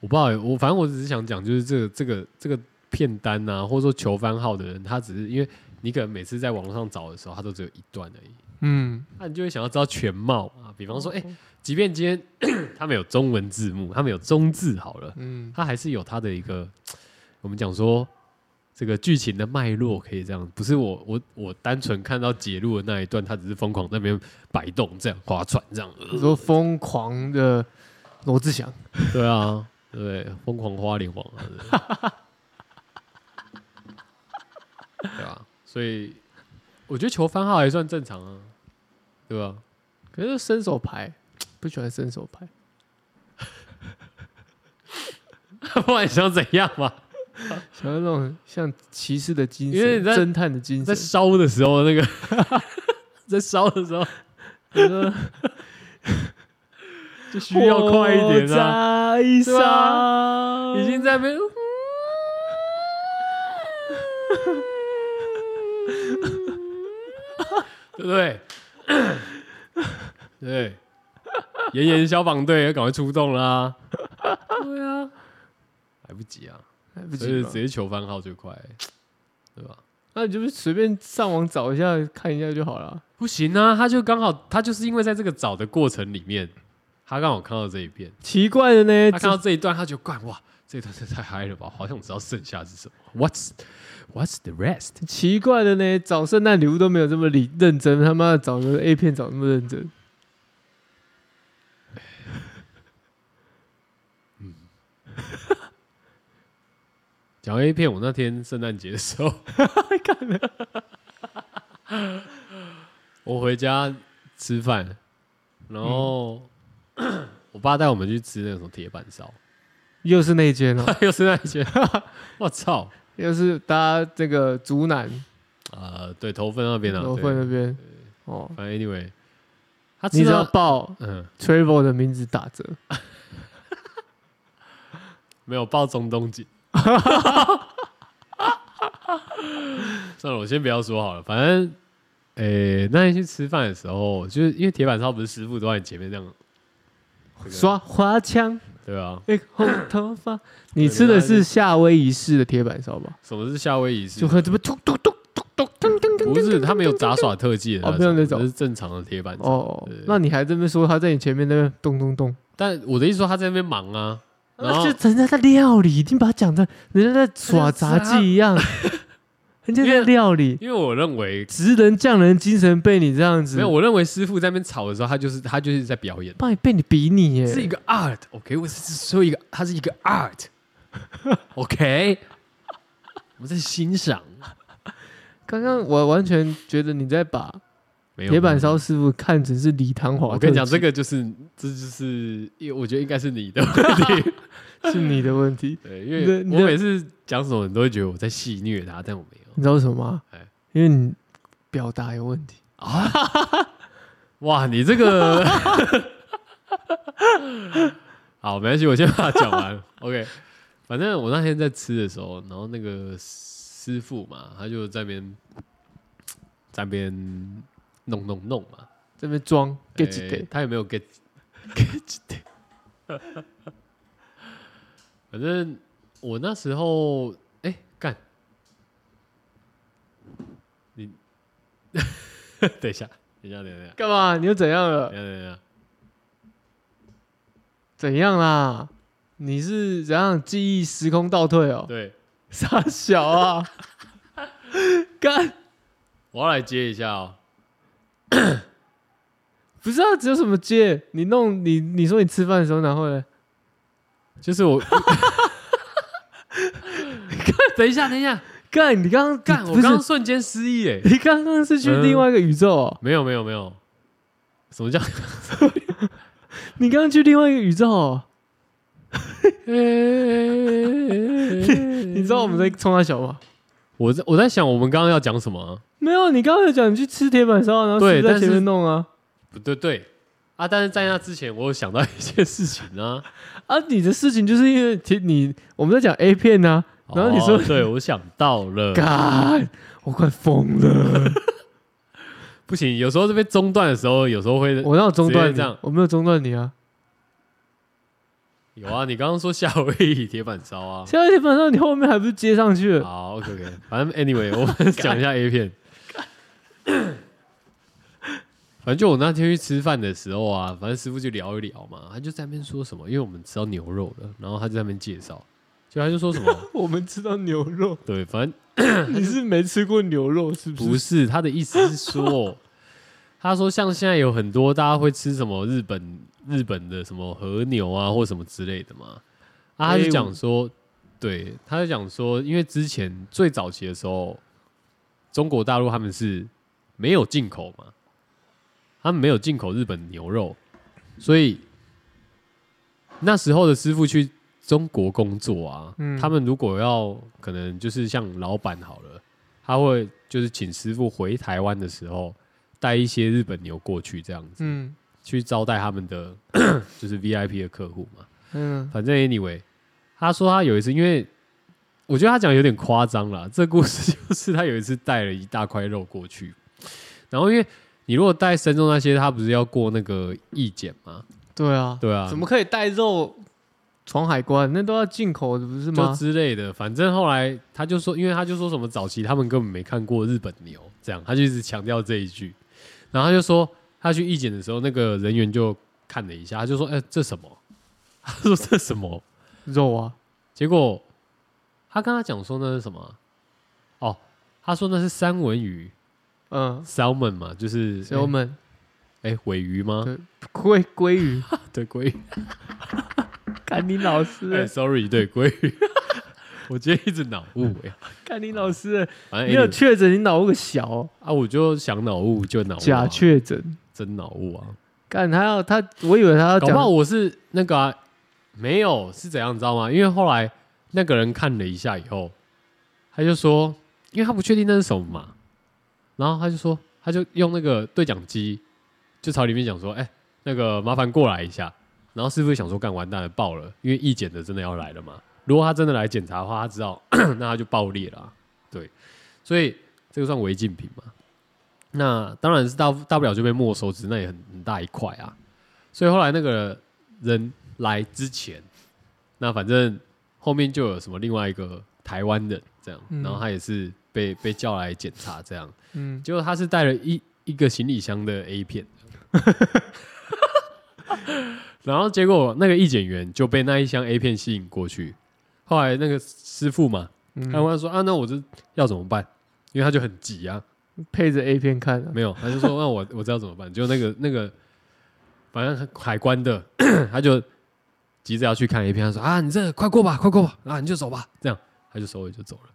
我不知道欸、我反正我只是想讲，就是这个这个这个片单啊，或者说求番号的人，他只是因为你可能每次在网络上找的时候，他都只有一段而已。嗯，那你就会想要知道全貌啊。比比方说，哎、即便今天 他们有中文字幕，他们有中字好了，嗯，它还是有它的一个，我们讲说这个剧情的脉络可以这样，不是我我我单纯看到截录的那一段，他只是疯狂在那边摆动，这样划船这样，呃你说疯狂的罗志祥，对啊，对，疯狂花莲王啊，对对啊，所以我觉得求番号还算正常啊，对吧、 可是伸手牌不喜欢伸手牌，不然想怎样嘛？想要那种像骑士的精神，因为你在侦探的精在神。烧的时候，那 个在烧的时候你说就需要快一点啊！火灾一对烧，已 经在那边，嗯对不对？ 对，炎炎消防队要赶快出动啦！对啊，来不及啊，来不所及以了直。接求番号最快，对吧？那你就是随便上网找一下看一下就好了。不行啊，他就刚好，他就是因为在这个找的过程里面，他刚好看到这一遍。奇怪的呢，他看到哎这一段，他就干哇，这一段是太嗨了吧？好像我知道剩下是什么。What's What's the rest？奇怪的呢，找圣诞礼物都没有这么理认真，他妈的找个 A 片找那么认真。讲到 A 片，我那天圣诞节的时候， 我回家吃饭，然后、 我爸带我们去吃那种铁板烧， 又是那一间哦，又是那一间，我操！又是大家这个竹南呃，对，头份那边啊，罗对会那边哦，反正 anyway，他你吃只要到报嗯， Travel 的名字打折，没有报中东 锦。算了，我先不要说好了，反正，诶、那天去吃饭的时候，就是因为铁板烧不是师傅都在你前面这样，这个刷花枪，对啊。哎，红头发。你吃的是夏威夷式的铁板烧吧？什么是夏威夷式？就喝这么嘟嘟嘟嘟嘟噔噔噔不是，他没有杂耍特技的哦没有那种只是正常的铁板烧。哦对，那你还这么说他在你前面那边咚咚咚，但我的意思说他在那边忙啊，然后那就人家在料理，一定把他讲的人家在耍杂技一样， 人家在料理，因为我认为职人匠人精神被你这样子，没有，我认为师傅在那边吵的时候，他就是他就是在表演，被被你比你耶，是一个 art，OK，、我是说一个，它是一个 art，OK，、我在欣赏，刚刚我完全觉得你在把没有铁板烧。师傅看成是李唐华，我跟你讲，这个就是，这就是，因为我觉得应该是你的问 题。是你的问题，对，因你的为你我的每次讲什么，你都会觉得我在戏虐他，但我没有。你知道为什么吗哎？因为你表达有问题，哇，你这 个，好，没关系，我先把它讲完。OK，反正我那天在吃的时候，然后那个师傅嘛，他就在那边，在那边弄弄弄嘛。这边装 get 欸 it，他有没有 get get it？反正我那时候，哎、干，你 等一下，等一下，等一下，干嘛？你又怎样等了一？下，等一下，怎样啦？你是怎样记忆时空倒退哦？对， 傻小啊！ 干我要来接一下哦、不是啊，只有什么接？你弄你你说你吃饭的时候，然后呢？就是我，等一下，等一下，干你刚刚干，你我 不是刚刚瞬间失忆哎，你刚刚是去另外一个宇宙、哦没有，没有，没有，什 么叫？你刚刚去另外一个宇宙哦、你你知道我们在冲他小吗？我在我在想我们刚刚要讲什么啊、没有，你刚刚有讲你去吃铁板烧，然后对死在但是前面弄啊不对对啊！但是在那之前，我有想到一件事情 啊。啊！你的事情就是因为铁你我们在讲 A 片啊，然后你说哦对我想到了，干，我快疯 了！不行，有时候这边中断的时候，有时候会我哪有中断直接这样你？我没有中断你啊！有啊。你刚刚说夏威夷铁板烧啊，现在铁板烧你后面还不是接上 去 了？好，OK OK，反正 anyway，我们讲一下 A 片。反正就我那天去吃饭的时候啊，反正师傅就聊一聊嘛，他就在那边说什么，因为我们吃到牛肉了，然后他就在那边介绍，就他就说什 么，我们吃到牛肉，对，反正你是没吃过牛肉是不不是？是他的意思是 说，他说像现在有很多大家会吃什么日本日本的什么和牛啊或什么之类的嘛，啊，哎他就讲说，对，他就讲说，因为之前最早期的时候，中国大陆他们是没有进口嘛，他们没有进口日本牛肉，所以那时候的师傅去中国工作啊，嗯他们如果要可能就是像老板好了，他会就是请师傅回台湾的时候带一些日本牛过去，这样子、嗯去招待他们的 就是 VIP 的客户嘛。嗯，反正 anyway，他说他有一次，因为我觉得他讲有点夸张啦，这故事就是他有一次带了一大块肉过去，然后因为你如果带生肉那些，他不是要过那个意检吗？对啊，对啊，怎么可以带肉闯海关？那都要进口的不是就吗？之类的，反正后来他就说，因为他就说什么早期他们根本没看过日本牛，这样他就一直强调这一句，然后他就说他去意检的时候，那个人员就看了一下，他就说，哎、这什么？ 他说这什么？肉啊，结果他跟他讲说那是什么啊？哦，他说那是三文鱼嗯， （salmon） 嘛，就是所以我们哎哎尾鱼吗？鲑鲑鱼， 对，鲑鱼。甘宁老师哎欸， ，sorry，对鲑鱼。 我今天一直脑雾哎，甘宁老师欸，反正你有 anyway，确诊，你脑个小哦啊，我就想脑雾就脑雾啊，假确诊。真脑雾啊！干他要他，我以为他要搞不好讲我是那个、啊、没有是怎样，你知道吗？因为后来那个人看了一下以后，他就说，因为他不确定那是什么嘛，然后他就说，他就用那个对讲机就朝里面讲说，哎、那个麻烦过来一下。然后师傅想说，干完蛋了，爆了，因为一检的真的要来了嘛。如果他真的来检查的话，他知道 那他就爆裂了啊、对，所以这个算违禁品嘛？那当然是大大不了就被没收，只是那也很很大一块啊。所以后来那个人来之前，那反正后面就有什么另外一个台湾人这样，嗯然后他也是被被叫来检查这样，嗯，结果他是带了一一个行李箱的 A 片， 然后结果那个一检员就被那一箱 A 片吸引过去，后来那个师傅嘛，嗯他问他说啊，那我这要怎么办？因为他就很急啊，配着 A 片看啊，没有，他就说那我我知道怎么办，就那个那个，反正海关的 他就急着要去看 A 片，他说啊，你这个快过吧，快过吧，啊，你就走吧，这样他就收尾就走了。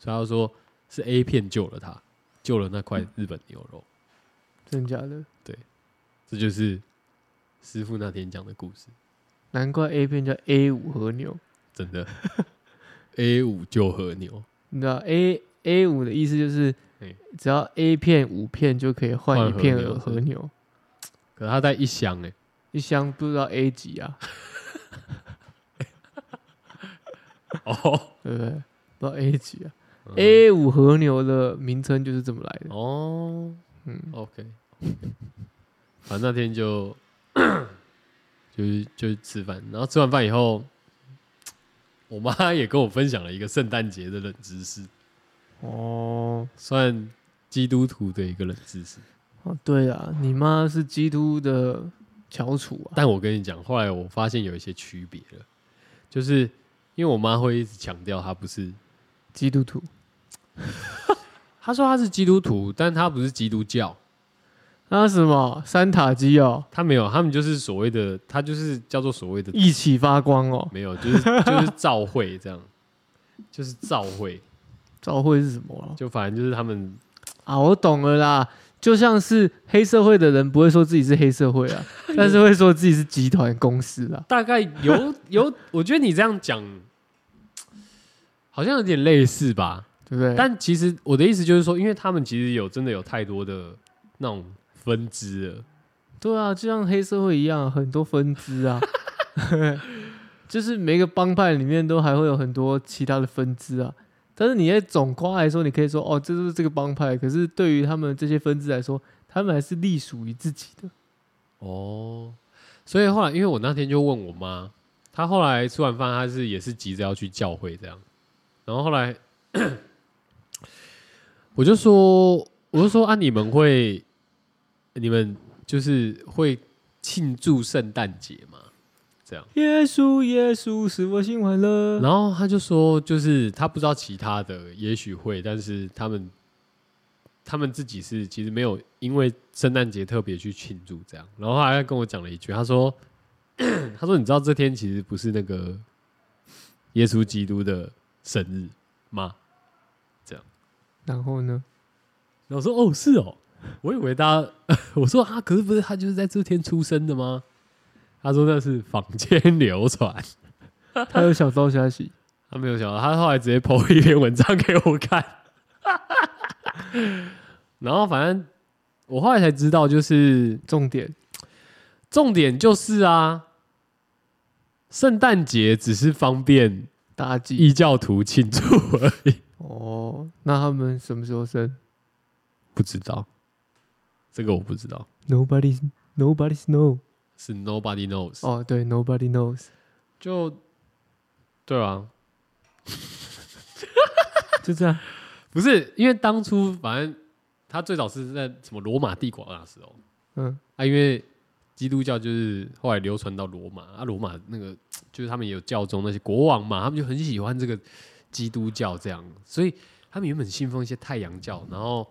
所以他就说是 A 片救了他，救了那块日本牛肉，真假的？这就是师傅那天讲的故事，难怪 A 片叫 A 五和牛，真的 A 五救和牛，你知道 A A 五的意思就是哎只要 A 片五片就可以换换一和片牛和和是牛，可是他带一箱哎、一箱不知道 A 几啊，哦对不对？不知道 A 几啊，A 嗯五和牛的名称就是这么来的。哦，嗯， OK，反正那天就就是就是吃饭，然后吃完饭以后，我妈也跟我分享了一个圣诞节的冷知识，哦，算基督徒的一个冷知识。哦，对啊，你妈是基督的翘楚啊，但我跟你讲，后来我发现有一些区别了，就是因为我妈会一直强调她不是，基督徒。她说她是基督徒，但她不是基督教，那啊什么三塔基哦，她没有，他们就是所谓的，她就是叫做所谓的一起发光哦，没有，就是就是照会这样，就是照会。照会是什么啊？就反正就是他们啊，我懂了啦。就像是黑社会的人不会说自己是黑社会啊，但是会说自己是集团公司啊。大概有有，我觉得你这样讲，好像有点类似吧。对不对？但其实我的意思就是说，因为他们其实有真的有太多的那种分支了，对啊，就像黑社会一样，很多分支啊， 就是每个帮派里面都还会有很多其他的分支啊。但是你在总括来说，你可以说哦，这就是这个帮派。可是对于他们这些分支来说，他们还是隶属于自己的。哦，所以后来，因为我那天就问我妈，她后来吃完饭，她是也是急着要去教会这样，然后后来 我就说，我就说啊，你们会，你们就是会庆祝圣诞节吗？这样，耶稣，耶稣，使我心欢 乐。然后她就说，就是她不知道其他的，也许会，但是他们他们自己是其实没有因为圣诞节特别去庆祝这样。然后她还跟我讲了一句，她说：“ 她说你知道这天其实不是那个耶稣基督的生日吗然后呢？？”然后我说：“哦，是哦，我以为大家 我说啊，可是不是他就是在这天出生的吗？”她说：“那是坊间流传。”他有小道消息，他没有想到，他后来直接 PO 一篇文章给我看， 然后反正我后来才知道，就是重点重点就是啊，圣诞节只是方便大忌异教徒庆祝而已，哦。那他们什么时候生不知道这个我不知道， ？Nobody's Nobody's know。是 nobody knows，、哦，对，Nobody knows。就对啊， 就这样。 不是因为当初反正他最早是在什么罗马帝国那时候，嗯，啊，因为基督教就是后来流传到罗马，啊，罗马那个就是他们也有教宗那些国王嘛，他们就很喜欢这个基督教这样，所以他们原本信奉一些太阳教，然后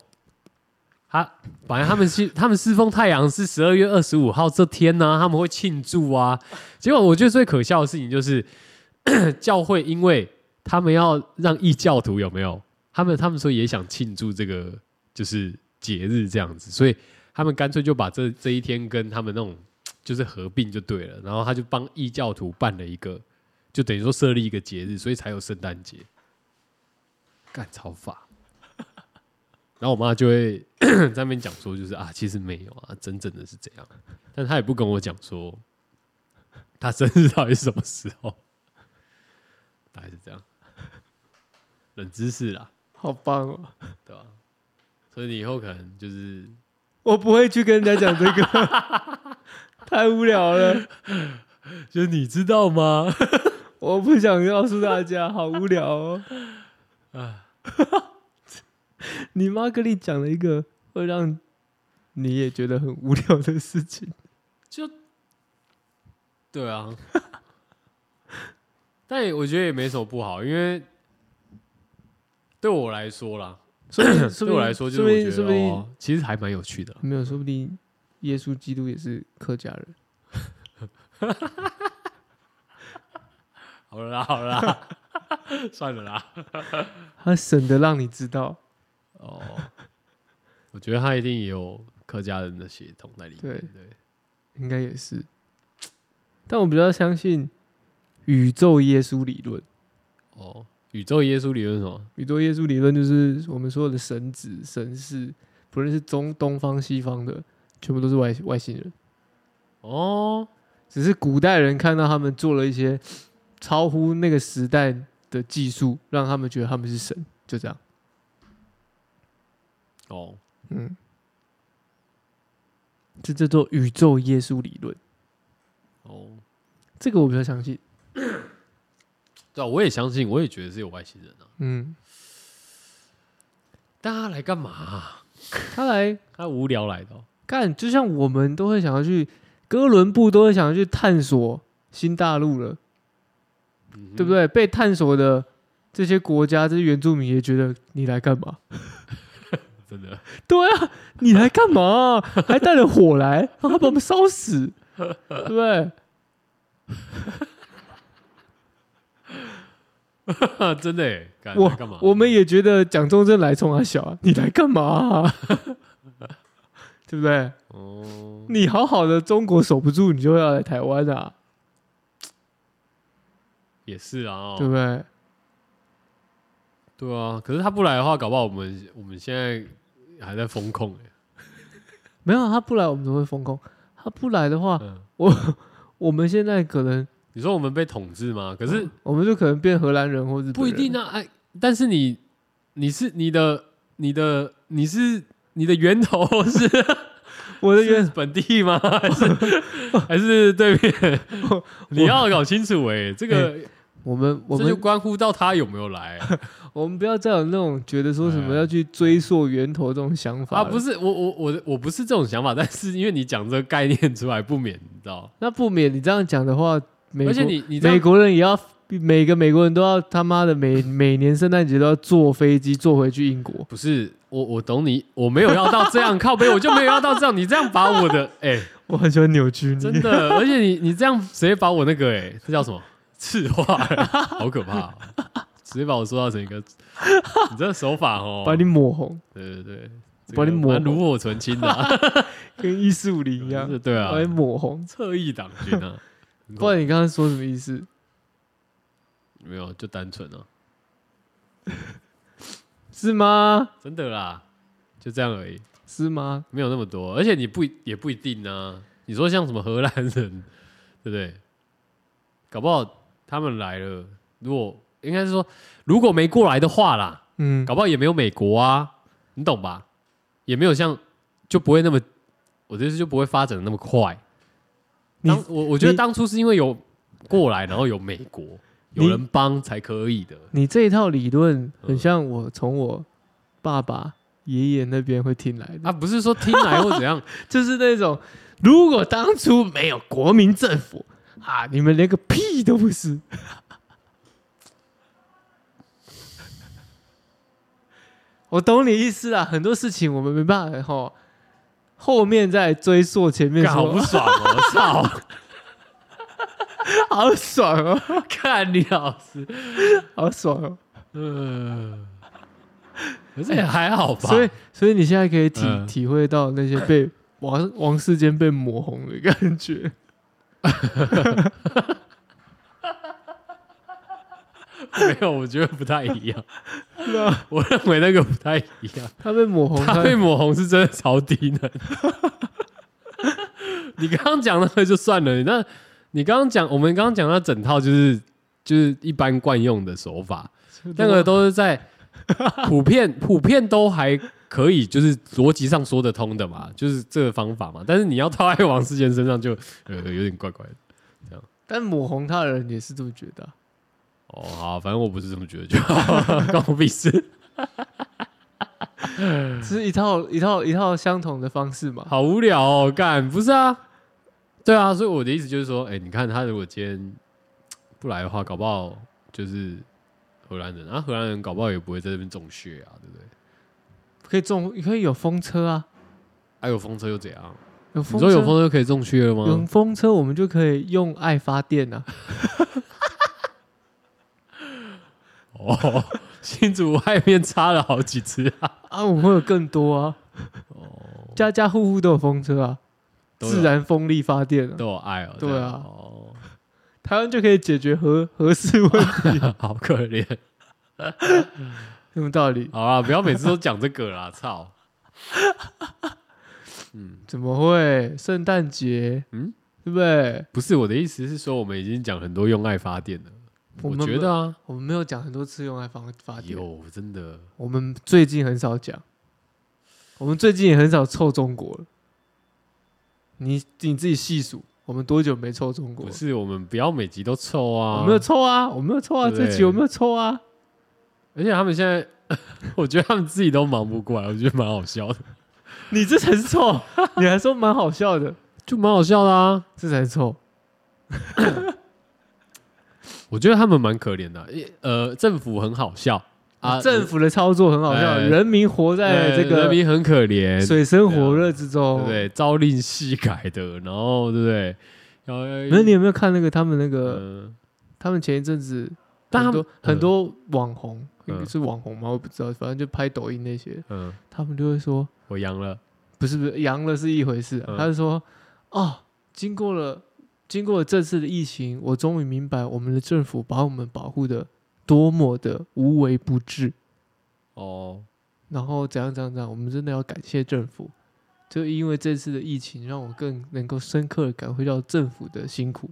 他反正他们信他们侍奉太阳是十二月二十五号这天呢、他们会庆祝啊。结果我觉得最可笑的事情就是 教会，因为他们要让异教徒有没有？他们他们说也想庆祝这个就是节日这样子，所以他们干脆就把这这一天跟他们那种就是合并就对了，然后他就帮异教徒办了一个，就等于说设立一个节日，所以才有圣诞节。干超法，然后我妈就会 在那边讲说，就是啊，其实没有啊，真正的是这样，但她也不跟我讲说她生日到底是什么时候，大概是这样，冷知识啦，好棒哦！对吧、所以你以后可能就是我不会去跟人家讲这个， 太无聊了，就是你知道吗？ 我不想告诉大家，好无聊哦。啊 你妈跟你讲了一个会让你也觉得很无聊的事情，就对啊，但也我觉得也没什么不好，因为对我来说啦，所以对我来说就是我觉得哦，其实还蛮有趣的啦。没有，说不定耶稣基督也是客家人。好了啦，好了啦， 算了啦。他省得让你知道，哦，我觉得他一定也有客家人的血统在里面。对对，应该也是。但我比较相信宇宙耶稣理论。哦，宇宙耶稣理论是什么？宇宙耶稣理论就是我们所有的神子、神士，不论是中东方、西方的，全部都是外外星人。哦，只是古代人看到他们做了一些超乎那个时代的技术，让他们觉得他们是神，就这样。哦，嗯，这叫做宇宙耶稣理论，哦，这个我比较相信。对啊，我也相信，我也觉得是有外星人啊。嗯，但他来干嘛啊、他来他无聊来的哦、干，就像我们都会想要去哥伦布都会想要去探索新大陆了。嗯哼对不？对？被探索的这些国家，这些原住民也觉得你来干嘛？真的。 对啊，你来干嘛？还带了火来，让他把我们烧 死，哎对不对？真的耶，干我来干嘛？我们也觉得蒋中正来冲啊小啊，你来干嘛 啊、对不对？哦，你好好的中国守不住，你就要来台湾啊，也是啊、哦，对不对？对啊，可是他不来的话，搞不好我们我们现在还在风控哎、没有啊他不来，我们都会封控；他不来的话，嗯，我们现在可能，你说我们被统治吗？可是我们就可能变荷兰人或日本人不一定啊，哎，但是你你是你的你的你是你的源头 是我的原是本地 吗？还是 还是对面？你要搞清楚哎、这个我们我这就们关乎到他有没有来我们不要再有那种觉得说什么哎要去追溯源头这种想法啊！了不是我我我我不是这种想法，但是因为你讲这个概念出来，不免你知道，那不免你这样讲的话，美国而且你你这美样国人也要每个美国人都要他妈的每每年圣诞节都要坐飞机坐回去英国，不是我，我懂你，我没有要到这样靠背，我就没有要到这样。你这样把我的，哎、我很喜欢扭曲你，真的，而且你你这样直接把我那个、哎，这叫什么？赤化、好可怕哦、直接把我说到成一个，你这手法哦， 把你抹红，对对对，这把个你抹蛮炉火纯青的、啊，跟一四五 零一样，是对啊把，你抹红。侧翼党军啊， 不然你刚刚说什么意思？没有就单纯啊，是吗？真的啦，就这样而已，是吗？没有那么多，而且你不也不一定啊。你说像什么荷兰人， 对不对？搞不好他们来了，如果应该是说，如果没过来的话啦，嗯，搞不好也没有美国啊，你懂吧？也没有像就不会那么，我这次就不会发展的那么快。你当我我觉得你当初是因为有过来，然后有美国，你有人帮才可以的。你这一套理论很嗯像我从我爸爸、爷爷那边会听来的，啊，不是说听来或怎 样，就是那种如果当初没有国民政府啊，你们连个屁都不是。我懂你意思啦，啊很多事情我们没办法吼，后面再追溯前面干好不说，爽哦！操， 好爽哦，看你老师，好爽哦。呃，可是也还好吧。所以，所以你现在可以体、嗯体会到那些 被王王世坚被抹红的感觉。 没有，我觉得不太一 样。我认为那个不太一样。他被抹红，他被抹红是真的超低 能。你刚刚讲那个就算了，那你刚刚讲，我们刚刚讲那整套就是就是一般惯用的手法，那啊个都是在普遍 普遍都还可以，就是逻辑上说得通的嘛，就是这个方法嘛。但是你要套在王世坚身上就，呃有点怪怪的。但抹红他的人也是这么觉得啊、哦，好，反正我不是这么觉得就 好，关我屁事。是一套一套一套相同的方式嘛？好无聊哦，干不是啊？对啊，所以我的意思就是说，哎、你看他如果今天不来的话，搞不好就是荷兰人啊，荷兰人搞不好也不会在这边种雪啊，对不对？可以种，可以有风车啊，啊，有风车又怎样？有你风车，说有风车可以种雪了有吗？风车，我们就可以用爱发电啊。哦， 新竹外面插了好几只啊，啊，我们会有更多啊，哦，家家户户都有风车啊，都有自然风力发电啊，都有爱哦，对啊这样哦，台湾就可以解决核核事问题， 哦好可怜，什么道理？好啦，不要每次都讲这个啦， 操，怎么会？圣诞节，嗯嗯，对不对？不是我的意思是说，我们已经讲很多用爱发电了，我们觉得啊，我们没有讲很多次用爱发发电，有真的。我们最近很少讲，我们最近也很少凑中国了。你你自己细数，我们多久没凑中国不了？是，我们不要每集都凑啊！我没有凑啊，我没有凑啊，对这集我没有凑啊。 而且他们现在， 我觉得他们自己都忙不过来，我觉得蛮好笑的，你这才是凑， 你还说蛮好笑的，就蛮好笑的啊！这才是凑。我觉得他们蛮可怜的、一呃，政府很好笑啊，政府的操作很好笑，哎人民活在呃这人个民很可怜，水深火热之对中不。对？朝令夕改的，然后对不对？要呃那你有没有看那个他们那个嗯他们前一阵子但他很们呃多呃很多网红嗯是网红吗？我不知道，反正就拍抖音那些，嗯，他们就会说，我阳了，不是不是，阳了是一回事、啊嗯他是说，哦，经过了经过了这次的疫情，我终于明白我们的政府把我们保护的多么的无微不至，哦，然后怎样怎样怎样，我们真的要感谢政府。就因为这次的疫情，让我更能够深刻的感会到政府的辛苦。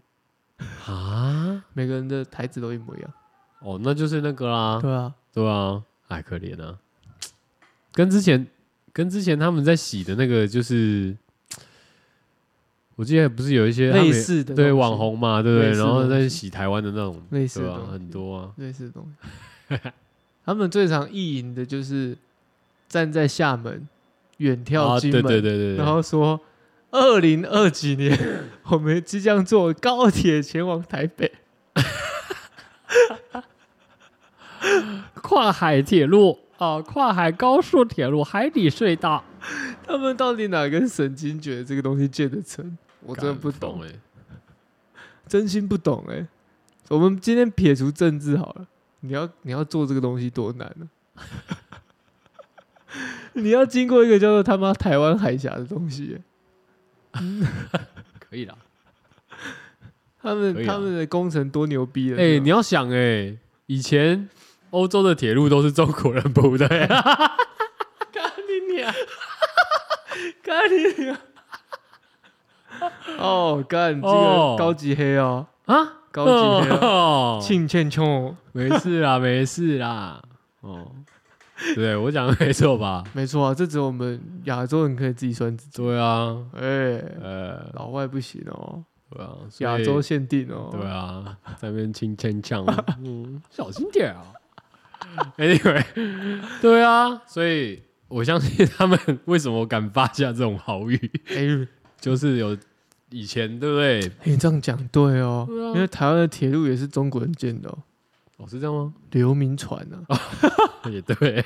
啊，每个人的台词都一模一样，哦，那就是那个啦，对啊，对啊，哎，可怜啊，跟之前跟之前他们在洗的那个，就是我记得不是有一些他们也类似对的东西网，红嘛，对不对？类似然的后东在西洗台湾的那种，类似对的吧？东很西多啊，类似的东西。 他们最常意淫的就是站在厦门远啊眺金对门，对对对对，然后说二零二几年 我们即将坐高铁前往台北， 跨海铁路啊，跨海高速铁路、海底隧道，他们到底哪根神经觉得这个东西建得成？我我真的不懂，欸哎，真心不懂哎、我们今天撇除政治好了，你要你要做这个东西多难呢、 你要经过一个叫做他妈台湾海峡的东西欸、可以啦。他可们、以啊他们的工程多牛逼啊了！哎、是吧你要想哎、以前欧洲的铁路都是中国人铺 的、干你娘！干你娘！哦，干，这哦个高级黑哦，啊，高级黑哦，哦庆欠冲， 没事啦，没事啦，哦，对我讲的没错吧？没错啊，这只有我们亚洲人可以自己算自己。对啊，哎，呃，老外不行哦，对啊，所以亚洲限定哦。对啊，在那边轻轻 呛，嗯，小心点啊。Anyway，对啊，所以我相信他们为什么敢发下这种豪语，哎，就是有以前对不对？哎，你这样讲对哦，对啊因为台湾的铁路也是中国人建的哦，哦，是这样吗？刘铭传啊。 也对，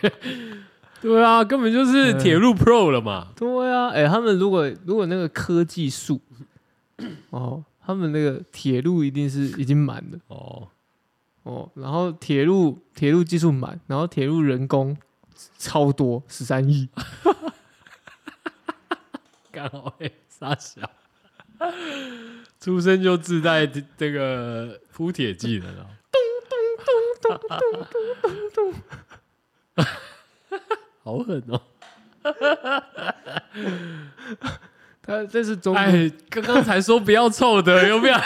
对啊，根本就是嗯铁路 Pro 了嘛。对啊，哎，他们如果如果那个科技树，哦，他们那个铁路一定是已经满了。哦，哦，然后铁路铁路技术满，然后铁路人工超多十三亿， 刚好会傻小，出生就自带这个铺铁技能啊。咚咚咚咚咚咚咚咚，好狠哦！他这是中国、哎，刚刚才说不要臭的，有 没有？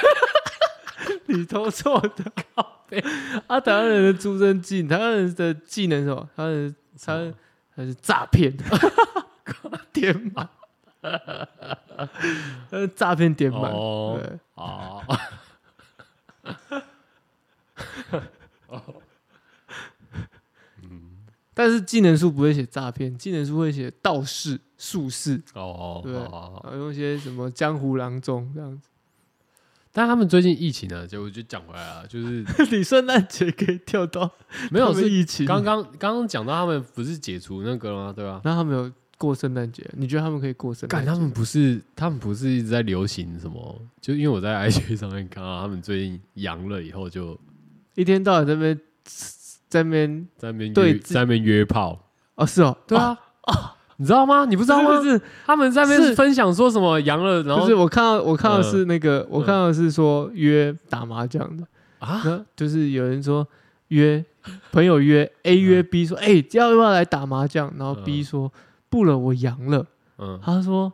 你偷错的靠背啊！台湾人的出生技，台湾人的技能是什么？他的他他是诈骗， 点满，他是诈骗点满，哦对，哦，但是技能书不会写诈骗，技能书会写道士、术士，哦，对好好好然后用一些什么江湖郎中这样子。但他们最近疫情呢，就我就讲回来了，就是你圣诞节可以跳到没有他们是疫情，刚刚刚刚讲到他们不是解除那个了吗？对吧？那他们有过圣诞节？你觉得他们可以过圣干，诞他节？们不是，他们不是一直在流行什么？就因为我在 IG 上面看到他们最近阳了以后，就一天到晚在那边在那边在那边约对自在那边约炮，哦，是哦，对哦，啊，你知道吗？你不知知道道吗？吗？是他们在那边是分享说什么阳了，然不后是？我看到我看到嗯是那个，我看到是说约打麻将的，啊，那就是有人说约朋友约 A 约 B 说，哎，要不要来打麻将？然后嗯 B 说不了，我阳了。嗯，他说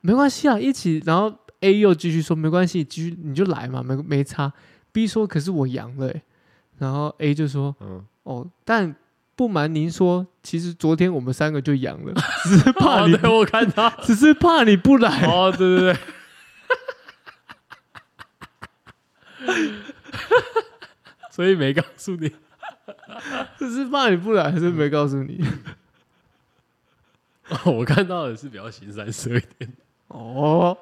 没关系啊，一起。然后 A 又继续说没关系，继续你就来嘛，没没差。B 说可是我阳了、欸，然后 A 就说 嗯，哦，但不瞒您说，其实昨天我们三个就阳了，只是怕 你哦，，对我看 到，只是怕你不来。哦，对对对， 所以没告诉你，只是怕你不来，还是没告诉嗯你。哦我看到的是比较新三色一点。 哦，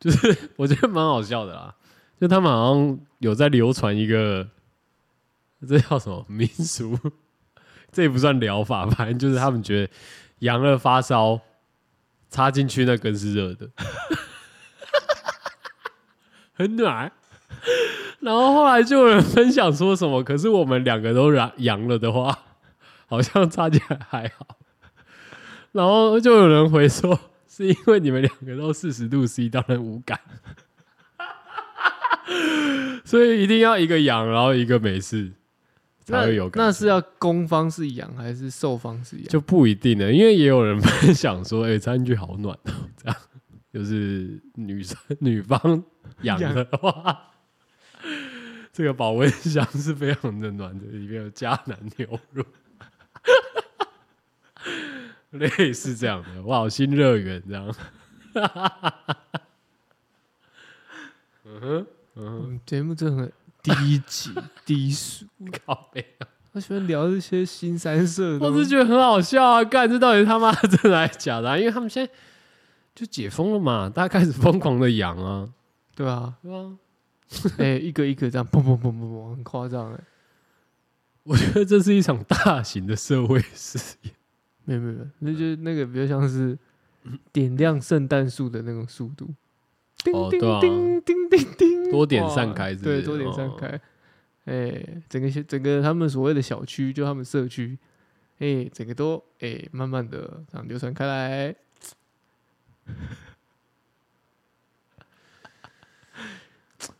我觉得蛮好笑的啦，就他们好像有在流传一个，这叫什么民俗？这也不算疗法，反正就是他们觉得阳了发烧，插进去那根是热的，很暖，然后后来就有人分享说什么，可是我们两个都阳阳了的话，好像差价还好。然后就有人回说，是因为你们两个都四十度 C，当然无感。所以一定要一个阳，然后一个没事，才那会有感觉。那是要攻方是阳还是受方是阳？就不一定了，因为也有人分享说，哎、餐具好暖哦， 这样就是女生女方养的话，这个保温箱是非常的暖的，里面有迦南牛肉，类似这样的，哇，新乐园这样， 嗯，节目真的很低级 低俗，靠北，我喜欢聊这些新三色的我东是西。觉得很好笑啊！干，这到底他妈真的还是假的、啊？因为他们现在就解封了嘛，大家开始疯狂的养啊，对啊，对吧？哎、一个一个这样砰砰砰砰砰，很夸张哎。我觉得这是一场大型的社会实验。没有没有没有，那嗯就是那个比较像是点亮圣诞树的那种速度，叮哦叮对啊叮叮叮叮，多点散哇开是不哦对，是多点散哦开。哎、整个小整个他们所谓的小区，就他们社区，哎、整个都哎、慢慢的这样流传开来。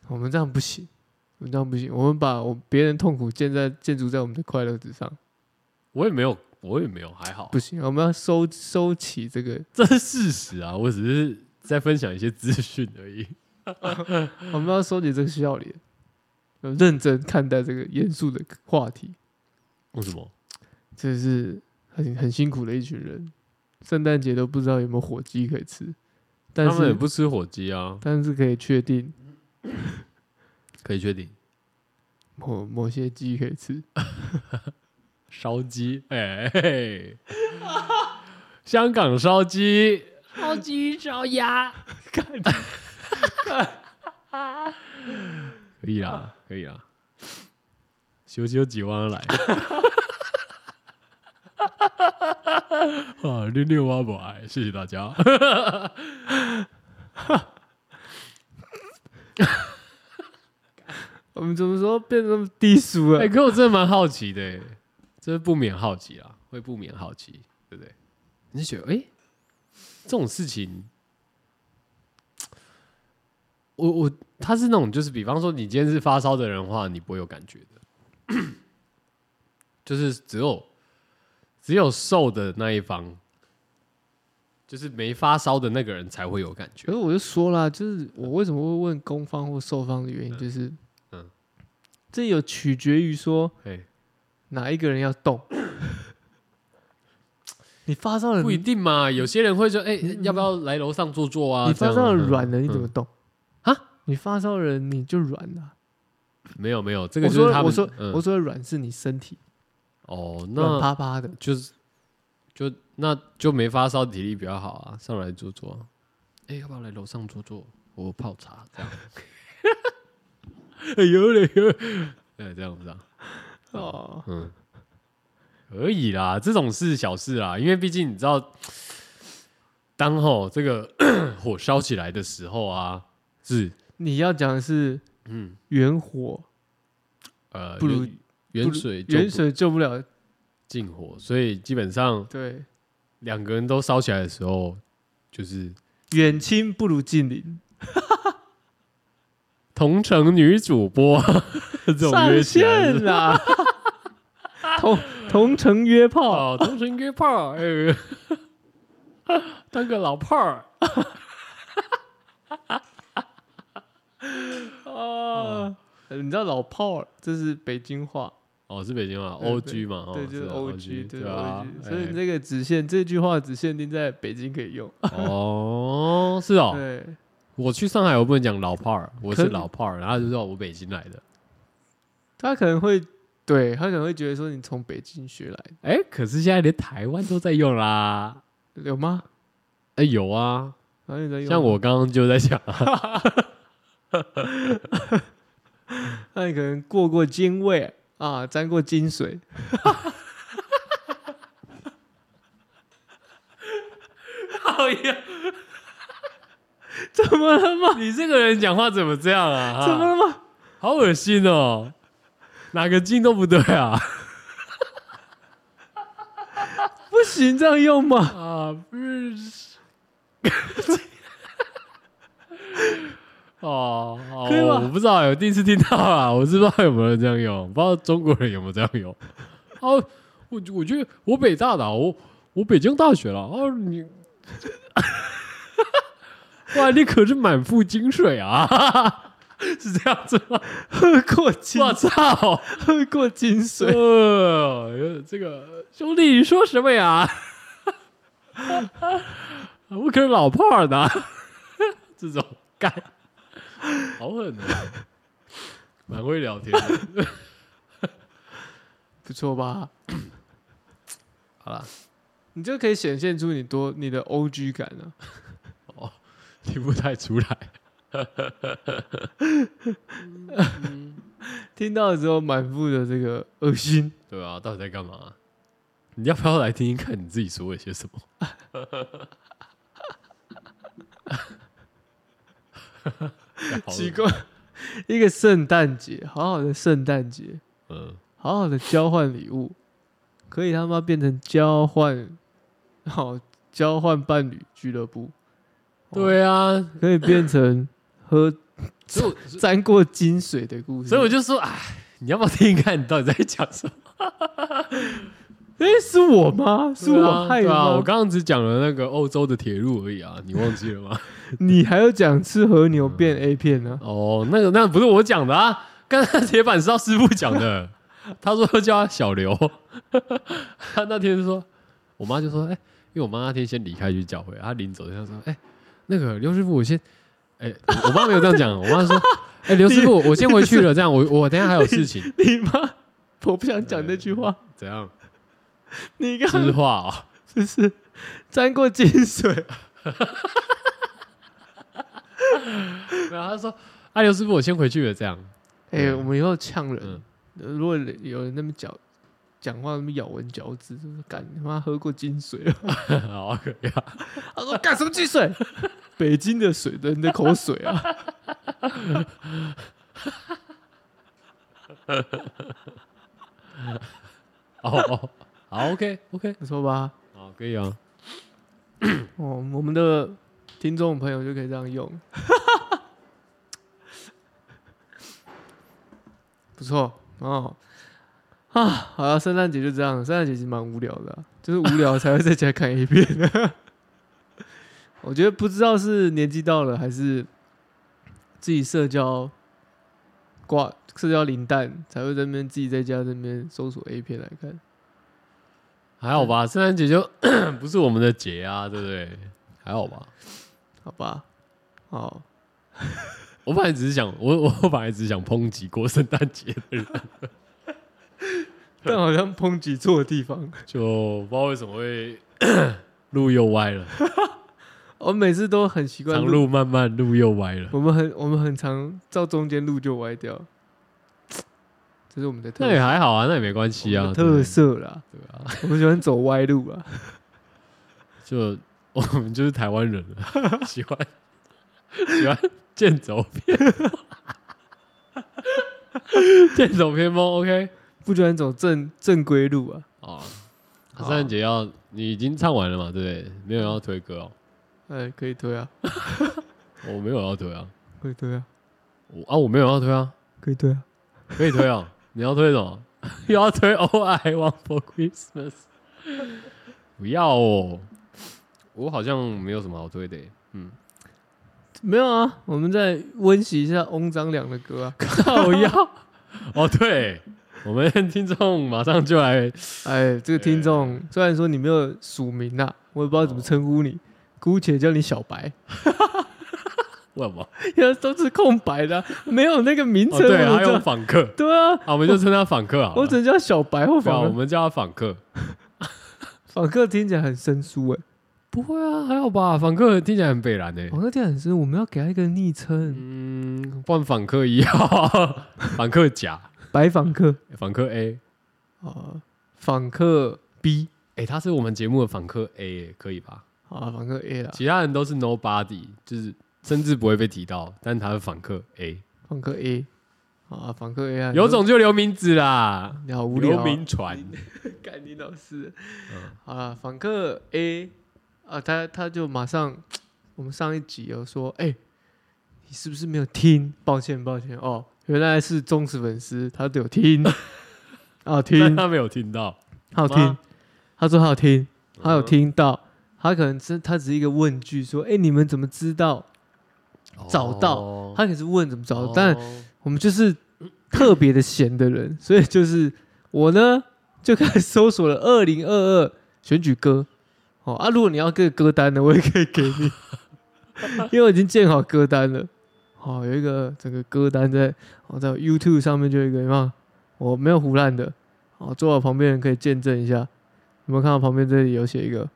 我们这样不行，我们这样不行，我们把我别人痛苦建在建筑在我们的快乐之上，我也没有，我也没有，还好不，行，我们要收收起这个这是事实啊。我只是在分享一些资讯而已。我们要收集这个笑脸，呃认真看待这个严肃的话题，为什么？这是很很辛苦的一群人。圣诞节都不知道有没有火鸡可以吃，但他们也是不吃火鸡啊，但是可以确定可以确定某某些鸡可以 吃。烧鸡。哎、嘿嘿 香港烧鸡，烧鸡烧鸭，可以啦，可以啦。九九几万来，啊，六六万不爱，谢谢大家。我们怎么说变得那么低俗哎、了？可我真的蛮好奇的欸，这不免好奇啦，会不免好奇，对不对？你就觉得，哎、这种事情，我我他是那种，就是比方说，你今天是发烧的人的话，你不会有感觉的， 就是只有只有瘦的那一方，就是没发烧的那个人才会有感觉可。是我就说啦，就是我为什么会问攻方或受方的原因，就是嗯这有取决于说哎，哪一个人要 动。你发烧了，不一定嘛，有些人会说，哎、要不要来楼上坐坐啊？你发烧了这样软了，你怎嗯么动？啊？你发烧了你就软了。没有没有，这个我就是他说们我说嗯我说的软是你身体哦，软那趴趴的，就是就那就没发烧，体力比较好啊，上来坐坐啊。哎、要不要来楼上坐坐？我泡茶这 样。哎呦嘞呦， 哎这样子啊，哦，嗯，可以啦，这种事小事啦，因为毕竟你知道，当吼这个 火烧起来的时候啊，是你要讲的是嗯远火呃不如远远水救远不水救不了，近火，所以基本上对，两个人都烧起来的时候，就是远亲不如近邻，同城女主 播这种上约起来线是 啦，同同城约炮，哦，同城约炮，哎 呦，当个老炮 儿，哦，你知道老炮儿这是北京话，哦，是北京话对 O G 嘛，哦对，就是啊 O G，对对吧 O？G，所以哎这个只限这句话只限定在北京可以用，哦，是哦， 对，我去上海我不能讲老炮儿，我是可老炮儿，然后就说我北京来的，他可能会对他可能会觉得说你从北京学来的，哎，可是现在连台湾都在用啦，有吗？哎，有啊，然后你在用像吗我刚刚就在讲啊，那你可能过过精卫啊，沾过金水， 讨厌，怎么了吗？你这个人讲话怎么这样啊？怎么了吗？好恶心哦，哪个劲都不对啊！不行，这样用 吗？ 啊，不是，哦，哦可以吗我不知道，我第一次听到啊，我是不知道有没有人这样用，不知道中国人有没有这样用。 哦，我我觉得我北大的啊，我我北京大学了，哦你， 哇，你可是满腹精水啊！ 是这样子吗？喝过金，我操！喝过金水，呃，这个兄弟，你说什么呀？我可是老炮儿呢， 这种干，好狠啊！蛮会聊天的。不错吧？ 好了，你就可以显现出你多你的 O G 感啊。听不太出来。听到的时候满腹的这个恶心，对啊，到底在干嘛？你要不要来听听看你自己说了些什么？ 好恶奇怪，一个圣诞节，好好的圣诞节，嗯，好好的交换礼物，可以他妈变成交换，好、交换伴侣俱乐部，对啊，可以变成喝所以我沾过金水的故事。所以我就说，哎，你要不要听听看你到底在讲什么？哎、是我吗？是对我啊害的对啊，吗？我刚刚只讲了那个欧洲的铁路而已啊，你忘记了吗？你还要讲吃和牛嗯变 A 片呢、哦，那个那个不是我讲的啊，刚才铁板是要师傅讲的，他说叫他小刘，他那天就说，我妈就说，哎、因为我妈那天先离开去教会，她临走就说，哎、那个刘师傅，我先，哎、我妈没有这样讲，我妈说，哎、刘师傅，我先回去了，这样我我等一下还有事情，你妈， 我不想讲那句话。怎样？你刚知话哦。就是沾过金水，然后他说，哎、刘师傅，我先回去了，这样， 哎、嗯我们以后呛人，嗯呃如果有人那么讲讲话，那么咬文嚼字，就是干他妈喝过金 水了。好可以啊，他说干什么金水？ 北京的水的你的口水啊！哦哦，好，OK OK，不错吧？好，可以啊。哦，我们的听众朋友就可以这样用， 不错哦。啊，好了，圣诞节就这样，圣诞节其实蛮无聊的啊、就是无聊才会在家看 A 片。 我觉得不知道是年纪到了，还是自己社交挂社交零蛋，才会在那边自己在家这边搜索 A 片来看。还好吧，圣诞节就 不是我们的节啊，对不对？还好吧。好吧，好，我本来只是想，我我我本来只是想抨击过圣诞节的人， 但好像抨击错地方。就不知道为什么会 路又歪了，我每次都很习惯长，路漫漫路又歪了。我们很我们很常照中间路就歪掉，这是我们的特那也还好啊，那也没关系我啊，们的对不特对色啦。对啊，我们喜欢走歪路啊， 就我们就是台湾人了，喜欢喜欢剑走偏锋，剑走偏锋，OK 不喜欢走正正规路啊。啊。好圣诞节要你已经唱完了嘛，对不对？没有要推歌哦，哎，可以推啊，我没有要推啊。可以推啊，我啊，我没有要推啊，可以推啊。可以推啊。你要推什么？ 又要推《All I Want for Christmas》？不要哦，我好像没有什么好推的耶。嗯，没有啊，我们再温习一下翁章良的 歌啊。靠腰。哦，对，我们听众马上就来， 哎，这个听众虽然说你没有署名啊，我也不知道怎么称呼你，姑且叫你小 白，问我。因为都是空白的啊、没有那个 名哦，称。对，我还怎有么访 客对啊，啊，我们就称他访客好我了只。能叫小白或不要，访我问们叫他访客。访客听起来很生疏哎、不会啊，还好吧？访客听起来很北然呢。访客听起来很生疏，我们要给他一个昵称，嗯，换访客一号， 访客甲，白访客访客 A。啊，访客 B 哎、他是我们节目的访客 A，耶可以吧？啊，访客 A 啦，其他人都是 nobody，就是甚至不会被提到，但他是访客 A。访客 A，好啊，访客 AI，有种就留名字啦，你好无聊、留啊，名 传。干你老师。嗯好了，访客 A 啊，他他就马上，我们上一集有说，哎、你是不是没有听？抱歉抱歉哦，原来是忠实粉丝，他都 有听，啊但听，他没有听到，他有听吗，他说他有听，他有嗯听到，他可能真他只是一个问句，说，哎、你们怎么知道？找到哦他可是问怎么找到，哦但我们就是特别的闲的人， 所以就是我呢就开始搜索了二零二二选举歌。哦啊，如果你要这个歌单呢，我也可以给你， 因为我已经建好歌单了。哦，有一个整个歌单在哦，在 YouTube 上面就有一个，有没有？我没有胡乱的哦，坐我旁边的人可以见证一下。有没有看到旁边这里有写一个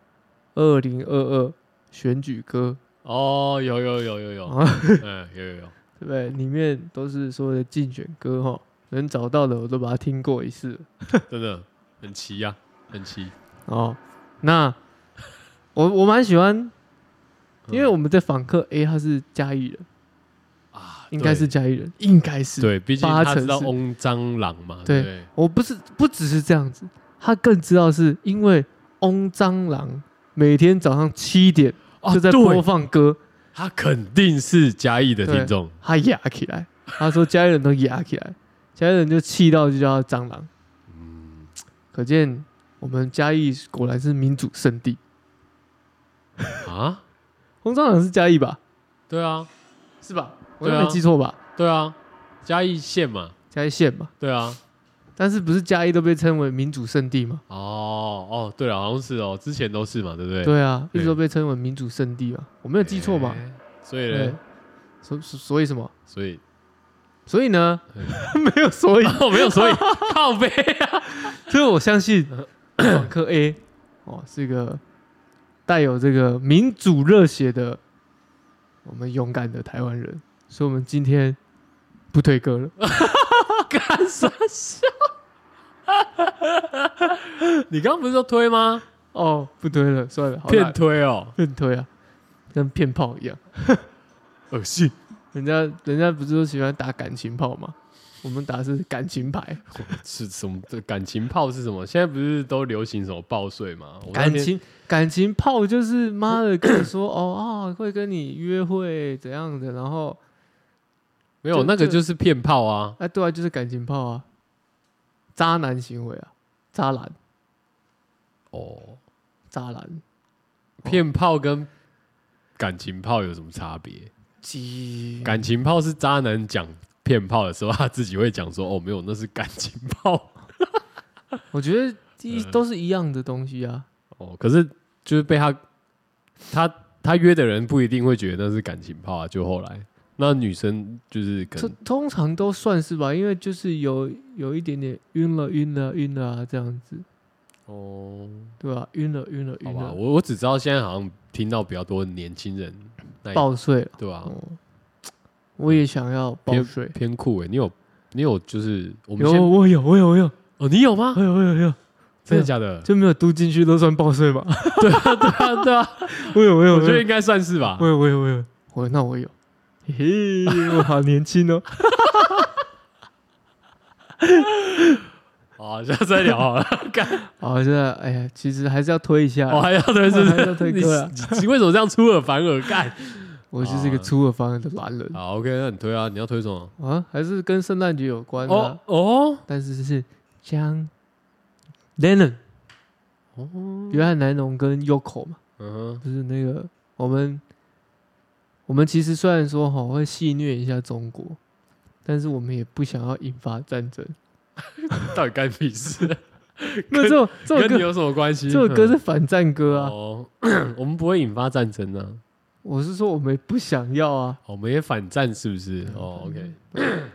二零二二选举歌？哦，有有有有有，啊，嗯，有有有，对不对？里面都是所有的竞选歌哈，能找到的我都把它听过一次了真的很齐呀，很齐。哦。那我我蛮喜欢，因为嗯我们在访客 A 他是嘉义人，啊，应该是嘉义人，应该是。对，对毕竟八他知成道是翁蟑螂嘛，对对不对，我不是不只是这样子，他更知道是因为翁蟑螂每天早上七点哦就在对播放歌，他肯定是嘉义的听众，他压起来，他说家里人都压起来，家里人就气到就叫他蟑螂。嗯，可见我们嘉义果然是民主圣地。啊，红蟑螂是嘉义吧？对啊，是吧？我对啊应该没记错吧？对啊，嘉义县嘛，嘉义县嘛，对啊，但是不是嘉义都被称为民主圣地吗？哦哦，对了，好像是哦，之前都是嘛，对不对？，对啊，一对直都被称为民主圣地嘛，我没有记错吧？？所以对呢，，所所所以什么？所以 所以呢？ 没有所以，哦，没有，所 以靠背啊，所以我相信访客 A 哦是一个带有这个民主热血的我们勇敢的台湾人，所以我们今天不推歌了。干啥笑？你刚刚不是说推吗？哦，不推了，算了，好骗啦，推哦，骗推啊，跟骗炮一样。恶心！人家人家不是都喜欢打感情炮吗？我们打的是感情牌，是什么？这感情炮是什么？现在不是都流行什么报税吗？我那感天情感情炮就是妈的跟你说 哦啊会跟你约会怎样的，然后没有就那个就就是骗炮啊！哎对啊就是感情炮啊，渣男行为啊，渣男哦，渣男骗炮跟感情炮有什么差别？鸡感情炮是渣男讲骗炮的时候，他自己会讲说：“哦，没有，那是感情炮。我觉得第一嗯都是一样的东西啊，” 哦，可是就是被他他他约的人不一定会觉得那是感情炮啊。就后来那女生就是可通能通常都算是吧，因为就是有有一点点晕了晕了晕了啊这样子，哦，对吧、晕了晕了好晕吧，了，我我只知道现在好像听到比较多年轻人那一报税了。对吧、哦，我也想要报偏税。偏酷哎、你有你有就是我们有，先我有，我有，我有，哦，你有吗我？有，我有，我有，真的假的？就没有嘟进去都算报税吧？对啊，对啊，对啊，我有，我有， 我我觉得有，应该算是吧我。有，我有，我有，我有那我有，嘿 嘿，我好年轻哦。好啊，下次再聊 好了。干，好，现在哎呀，其实还是要推一下我啦，还要推是不我还要是？推你歌啊你你为什么这样出尔反尔？干，我就是一个啊出尔反尔的懒人好，OK，那你推啊，你要推什么？啊，还是跟圣诞节有关的哦啊，哦但是是将 Lennon 哦，约翰南农跟 Yoko 嘛。嗯哼，就是那个我们我们其实虽然说哈会戏虐一下中国，但是我们也不想要引发战争。到底干屁事？那这首 这首跟你歌有什么关系？这首歌嗯是反战歌啊！哦， 我们不会引发战争啊，哦我是说我们不想要啊，我们也反战是不是？嗯哦，OK，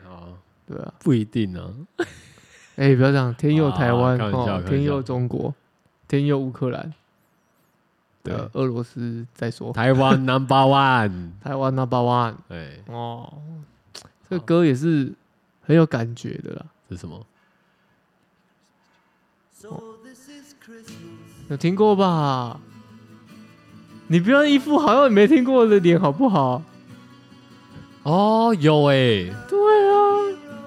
好， 对啊，不一定啊。哎、不要这样，天佑台湾、啊开玩笑开哦玩，笑天佑中国，天佑乌克兰，对呃，俄罗斯再说，台湾 Number One，台湾 number one 哎，哦，这个歌也是很有感觉的啦，这是什么？有听过吧？你不要一副好像你没听过的脸好不好？哦，有哎，对啊，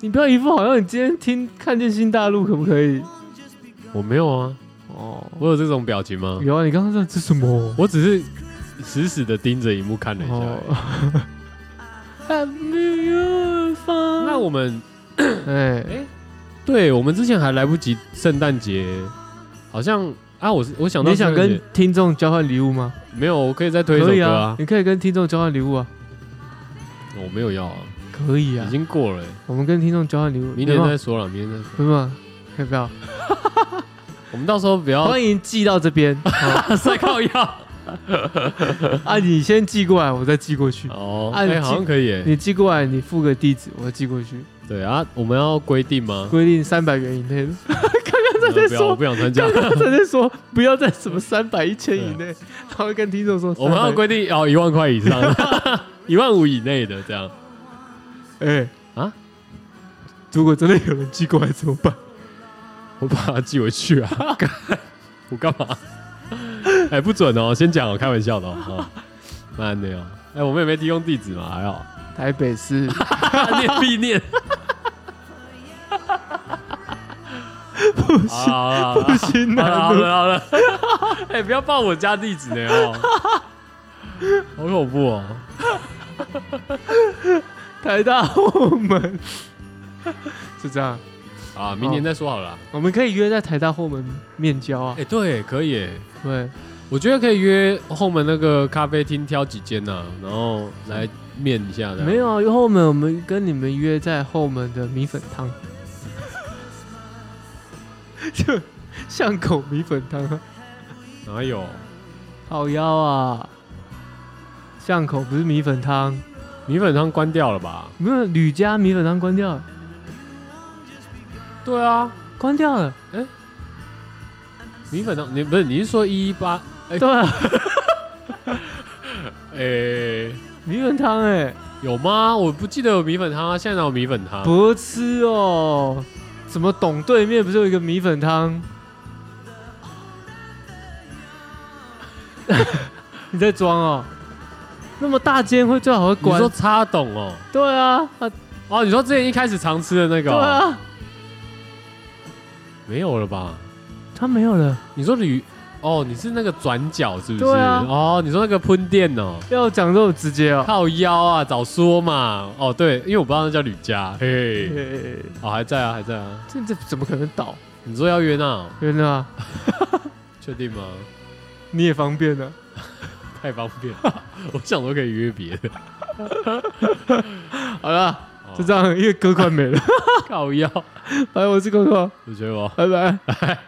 你不要一副好像你今天听看见新大陆可不可以？我没有啊，哦，我有这种表情吗？有啊，你刚刚在这什么？我只是死死的盯着荧幕看了一下而已。哦 Have you found？那我们哎哎对我们之前还来不及圣诞节，好像啊，我是我想到你想圣诞节跟听众交换礼物吗？没有，我可以再推一首可以歌啊啊，，你可以跟听众交换礼物啊，我没有要啊，可以已啊，经过了欸，我们跟听众交换礼物，明年有没再有说了，明年再说，有没有？要不要？我们到时候不 要欢迎寄到 这边好再靠药 啊，你先寄过来，我再寄过去。 哦，按哎，好像进可以欸，你寄过来，你付个地址，我寄过去。对啊，我们要规定吗？规定三百元以 内。刚不刚 在要，在说嗯我，不想参加刚。刚 在在说不要在什么三百一千以内，然后跟听众说我们要300规定哦，一万块以上，一万五以内的这样。哎啊，如果真的有人寄过来怎么办？我把它寄回去啊！ 干我干嘛？ 哎、不准哦！先讲哦，开玩笑的哦。啊慢的哦。哎、我们也没提供地址嘛，还好。台北市念必念。 不行，不复兴好了南好路 了好了，哎、不要报我家地址呢哦，好恐怖哦！台大后门， 就这样。啊，明年再说好了啦。我们可以约在台大后门面交啊哎、，对，可以耶，对，我觉得可以约后门那个咖啡厅挑几间呐、然后来面一下的。没有啊，后门我们跟你们约在后门的米粉汤， 就巷口米粉汤啊。哪有？好腰啊！巷口不是米粉汤，米粉汤关掉了吧？没有吕家米粉汤关掉了，对啊，关掉了。米粉汤，你不是你是说一一八？哎对啊，诶，米粉汤哎、有吗？我不记得有米粉汤啊，现在哪有米粉汤？不吃哦。怎么懂？对面不是有一个米粉 汤？你在装哦？那么大间会最好会你关说？插董哦？对啊，啊哦，你说之前一开始常吃的那个、对哦？啊，没有了吧？他没有了。你说旅哦，你是那个转角是不是？对啊哦，你说那个喷店哦。要讲这么直接哦。靠腰啊，早说嘛！哦，对，因为我不知道那叫吕家，嘿嘿，欸哦，还在啊，还在啊。这这怎么可能倒？你说要约那哦，真的啊，确定吗？你也方便啊。太方便了， 我想说可以约别的。 好了。哦就这样，因为歌快没了。 靠腰，拜，我是哥哥，我觉得我拜拜。